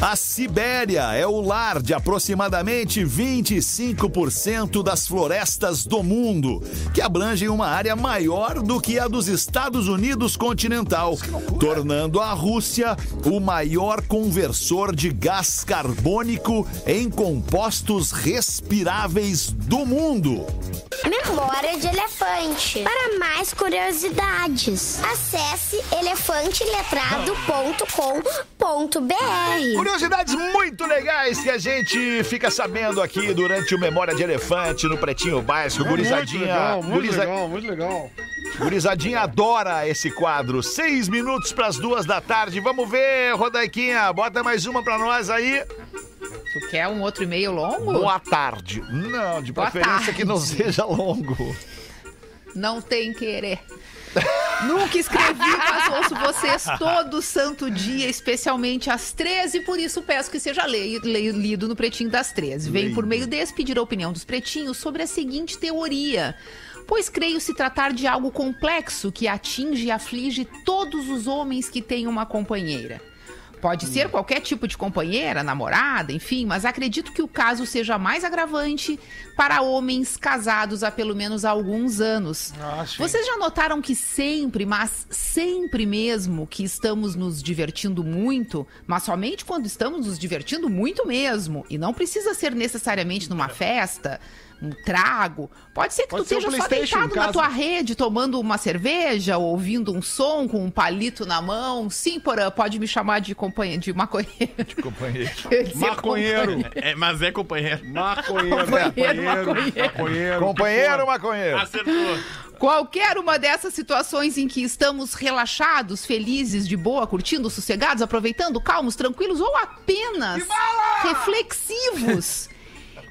M: A Sibéria é o lar de aproximadamente 25% das florestas do mundo, que abrangem uma área maior do que a dos Estados Unidos continental, tornando a Rússia o maior conversor de gás carbônico em compostos respiráveis do mundo.
N: Memória de elefante. Para mais curiosidades, acesse elefanteletrado.com.br.
E: Curiosidades muito legais que a gente fica sabendo aqui durante o Memória de Elefante no Pretinho Básico. gurizadinha, guriza-
A: muito legal.
E: gurizadinha adora esse quadro. Seis minutos pras duas da tarde. Vamos ver, Rodaiquinha, bota mais uma pra nós aí.
F: Tu quer um outro e-mail longo?
E: Boa tarde. Não, de
F: Boa
E: preferência
F: tarde.
E: que não seja longo.
F: Não tem querer. Nunca escrevi, mas ouço vocês todo santo dia, especialmente às 13, por isso peço que seja le- le- lido no Pretinho das 13. Venho por meio desse pedir a opinião dos pretinhos sobre a seguinte teoria. Pois creio se tratar de algo complexo que atinge e aflige todos os homens que têm uma companheira. Pode ser qualquer tipo de companheira, namorada, enfim, mas acredito que o caso seja mais agravante para homens casados há pelo menos alguns anos. Vocês já notaram que sempre, mas sempre mesmo, que estamos nos divertindo muito, mas somente quando estamos nos divertindo muito mesmo, e não precisa ser necessariamente numa festa, um trago. Pode ser que
D: Pode
F: tu
D: ser um
F: esteja só
D: PlayStation em
F: deitado na
D: casa.
F: tua rede, tomando uma cerveja, ou ouvindo um som com um palito na mão. Sim, Porã, pode me chamar de companheiro, de maconheiro. De
E: companheiro.
H: Maconheiro. É, mas é companheiro.
D: né? Maconheiro,
F: Maconheiro, maconheiro.
D: maconheiro.
E: Companheiro, maconheiro.
H: Acertou.
F: Qualquer uma dessas situações em que estamos relaxados, felizes, de boa, curtindo, sossegados, aproveitando, calmos, tranquilos ou apenas reflexivos,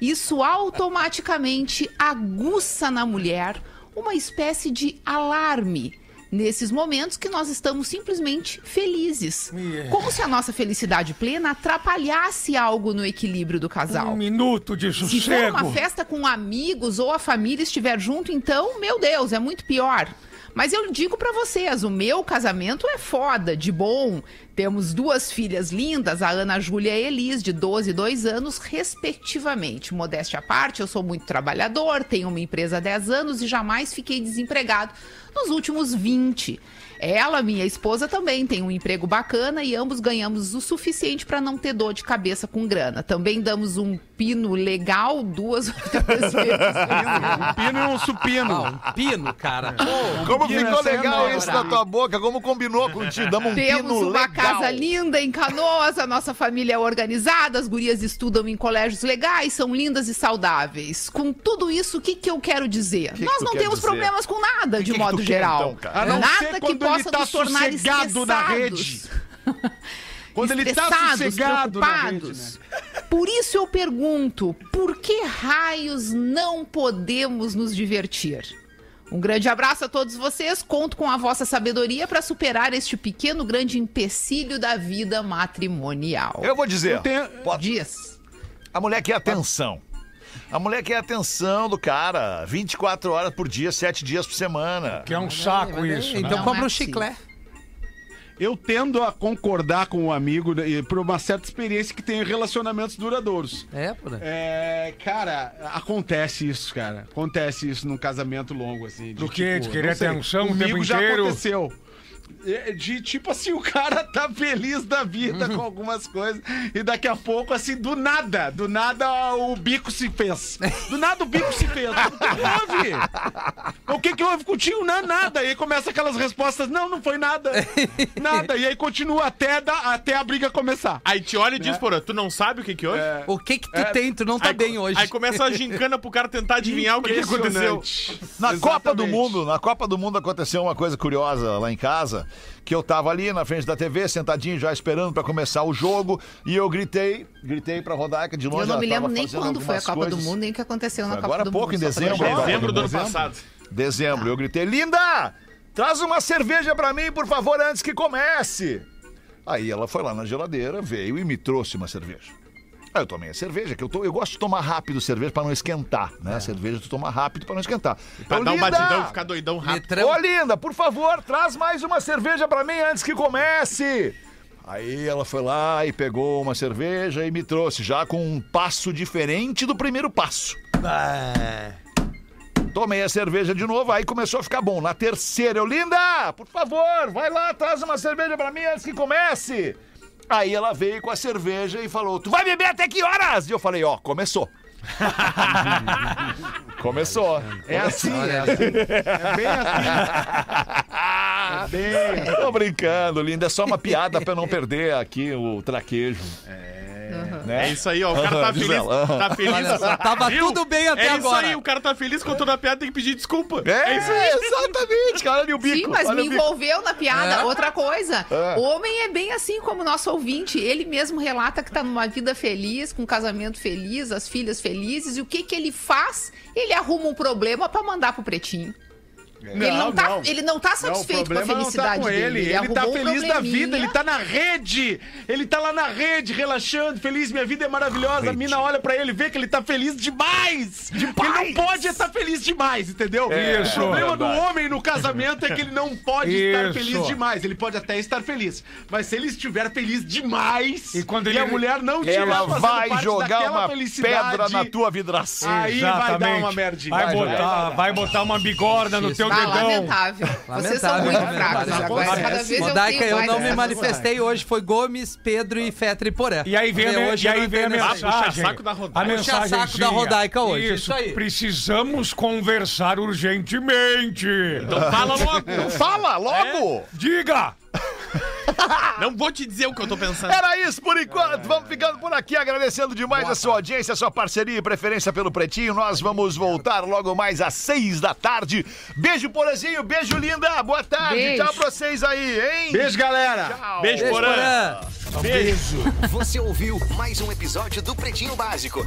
F: isso automaticamente aguça na mulher uma espécie de alarme. Nesses momentos que nós estamos simplesmente felizes. Como se a nossa felicidade plena atrapalhasse algo no equilíbrio do casal.
I: Um minuto de
F: Se for uma
I: sossego.
F: festa com amigos ou a família estiver junto, então, meu Deus, é muito pior. Mas eu digo pra vocês, o meu casamento é foda, de bom. Temos duas filhas lindas, a Ana Júlia e a Elis, de 12 e 2 anos, respectivamente. Modéstia à parte, eu sou muito trabalhador, tenho uma empresa há 10 anos e jamais fiquei desempregado nos últimos 20. Ela, minha esposa, também tem um emprego bacana e ambos ganhamos o suficiente pra não ter dor de cabeça com grana. Também damos um pino legal duas ou três vezes.
D: Um pino e um supino.
G: Ah, um pino, cara.
E: Como
D: Pino,
E: ficou
D: essa é
E: legal
D: nova.
E: isso na tua boca? Como combinou contigo? Damos um
F: Temos
E: pino
F: uma
E: legal.
F: casa linda em Canoas, a nossa família é organizada, as gurias estudam em colégios legais, são lindas e saudáveis. Com tudo isso, o que, que eu quero dizer?
E: que
F: Nós
E: tu
F: não
E: quer
F: temos
E: dizer?
F: problemas com nada, de
E: que
F: modo
E: tu quer,
F: geral.
E: então, cara? A
D: não ser
F: nada que
D: quando ele
F: possa
D: tá
F: nos tornar
D: sossegado
F: estressados.
D: na rede. Quando ele tá
F: estressados,
D: sossegado na rede,
F: preocupados. Por isso eu pergunto, por que raios não podemos nos divertir? Um grande abraço a todos vocês, conto com a vossa sabedoria para superar este pequeno grande empecilho da vida matrimonial.
E: Eu vou dizer. Pode-
F: Diz.
E: A mulher quer atenção. A mulher quer atenção do cara. 24 horas por dia, 7 dias por semana.
I: Que é um saco isso. né?
G: Então
F: Não
G: compra
F: é
G: um chiclete.
D: Eu tendo a concordar com o amigo
A: né,
D: eh, por uma certa experiência que tem relacionamentos duradouros.
G: É, pô. né?
D: É, cara, acontece isso, cara. Acontece isso num casamento longo, assim.
I: Do quê? De querer
D: não sei,
I: atenção o
D: comigo
I: tempo
D: já
I: inteiro?
D: aconteceu. É, De tipo assim, o cara tá feliz da vida com algumas coisas e daqui a pouco, assim, do nada, do nada o bico se fez. Do nada o bico se fez. O que houve? O que que houve contigo? Não, é nada. E aí começa aquelas respostas, não, não foi nada. Nada. E aí continua até, da, até a briga começar.
H: Aí te olha e diz, porra, tu não sabe o que que houve?
G: O que que tu tem? Tu não tá
H: Aí
G: bem
H: co-
G: hoje.
H: Aí começa a gincana pro cara tentar adivinhar o que, que aconteceu.
D: Impressionante.
E: Na Copa do
D: Exatamente.
E: Mundo, na Copa do Mundo aconteceu uma coisa curiosa lá em casa, que eu tava ali na frente da TV, sentadinho já esperando pra começar o jogo, e eu gritei, gritei pra Rodaica de longe.
F: Eu não
E: ela
F: me lembro
E: tava
F: nem
E: fazendo
F: quando foi a
E: algumas
F: Copa do
E: coisas.
F: Mundo, nem o que aconteceu na
E: Agora
F: Copa
E: há
F: do
E: pouco,
F: Mundo.
E: em
F: só pra
E: dezembro,
F: lembrar.
H: Dezembro do ano
E: Dezembro.
H: passado.
E: Dezembro, eu gritei, Linda, traz uma cerveja pra mim, por favor, antes que comece. Aí ela foi lá na geladeira, veio e me trouxe uma cerveja. Aí eu tomei a cerveja, que eu, to- eu gosto de tomar rápido cerveja pra não esquentar, né? A cerveja tu toma rápido pra não esquentar.
H: É. Pra
E: Eu,
H: dar um
E: "Linda,
H: batidão, ficar doidão rápido.
G: Letrão.
E: Ô, linda, por favor, traz mais uma cerveja pra mim antes que comece. Aí ela foi lá e pegou uma cerveja e me trouxe, já com um passo diferente do primeiro passo. Tomei a cerveja de novo, aí começou a ficar bom. Na terceira, eu, linda, por favor, vai lá, traz uma cerveja pra mim antes que comece. Aí ela veio com a cerveja e falou: Tu vai beber até que horas? E eu falei: Ó, começou. começou. É assim, é assim. Tô brincando, linda. É só uma piada pra eu não perder aqui o traquejo. Né?
H: É isso aí, ó. O cara tá
E: Diz
H: feliz.
E: ela.
H: Tá feliz.
G: Olha só, tava
H: Viu?
G: tudo bem até
H: é
G: agora.
H: isso aí, o cara tá feliz contando a piada, tem que pedir desculpa.
E: É,
H: isso aí.
E: exatamente, cara. Olha o bico.
F: Sim, mas
E: olha
F: me
E: o bico.
F: envolveu na piada.
G: É.
F: Outra coisa,
E: É.
F: homem é bem assim como nosso ouvinte. Ele mesmo relata que tá numa vida feliz, com um casamento feliz, as filhas felizes. E o que que ele faz? Ele arruma um problema pra mandar pro pretinho. Ele não, tá, ele não tá
A: É. Não, o
F: satisfeito com a
A: problema não
F: felicidade
A: tá com
F: dele.
A: ele. Ele, tá
F: arrumou um
A: feliz da vida,
F: probleminha.
A: ele tá na rede. Ele tá lá na rede, relaxando, feliz. Minha vida é maravilhosa. A mina olha pra ele, vê que ele tá feliz demais. Ele não pode estar feliz demais, entendeu?
I: É,
A: o problema
I: verdade.
A: do homem no casamento é que ele não pode estar
I: Isso.
A: feliz demais. Ele pode até estar feliz, mas se ele estiver feliz demais
I: E quando ele-
A: a mulher não tiver
E: Ela
A: fazendo
E: vai
A: parte
E: jogar
A: daquela
E: uma
A: felicidade,
E: pedra na tua vidraça.
A: Aí vai dar um uma merdinha.
I: Vai
A: Vai, vai,
I: botar,
A: vai.
I: vai botar uma bigorda no teu
F: Ah,
I: dedão.
F: lamentável. Vocês são
G: Lamentável,
F: muito
G: lamentável. é
F: fracos. Agora, cada
A: Acontece.
F: vez eu
G: Rodaica,
F: tenho
G: assim, eu
F: mais
G: não me
F: essas-
G: manifestei hoje. Foi Gomes, Pedro e Fetra e Porã.
I: E aí vem, a,
G: Porque
I: me-
G: hoje
I: e
G: eu
I: aí
G: não
I: vem a
G: tenho nessa-
I: mensagem.
H: Puxa saco da Rodaica.
I: A mensagem
G: saco da Rodaica hoje,
I: Isso.
G: isso aí.
I: Precisamos conversar urgentemente.
H: Fala logo.
E: Ah, Fala logo!
I: Diga!
H: Não vou te dizer o que eu tô pensando.
E: Era isso por enquanto. Vamos ficando por aqui, agradecendo demais a sua audiência, a sua parceria e preferência pelo Pretinho. Nós vamos voltar logo mais às seis da tarde. Beijo, Porazinho. Beijo, linda. Boa tarde.
F: Beijo.
E: Tchau pra vocês aí, hein?
A: Beijo, galera.
H: Beijo,
G: Porã.
H: Porã. Beijo.
O: Você ouviu mais um episódio do Pretinho Básico.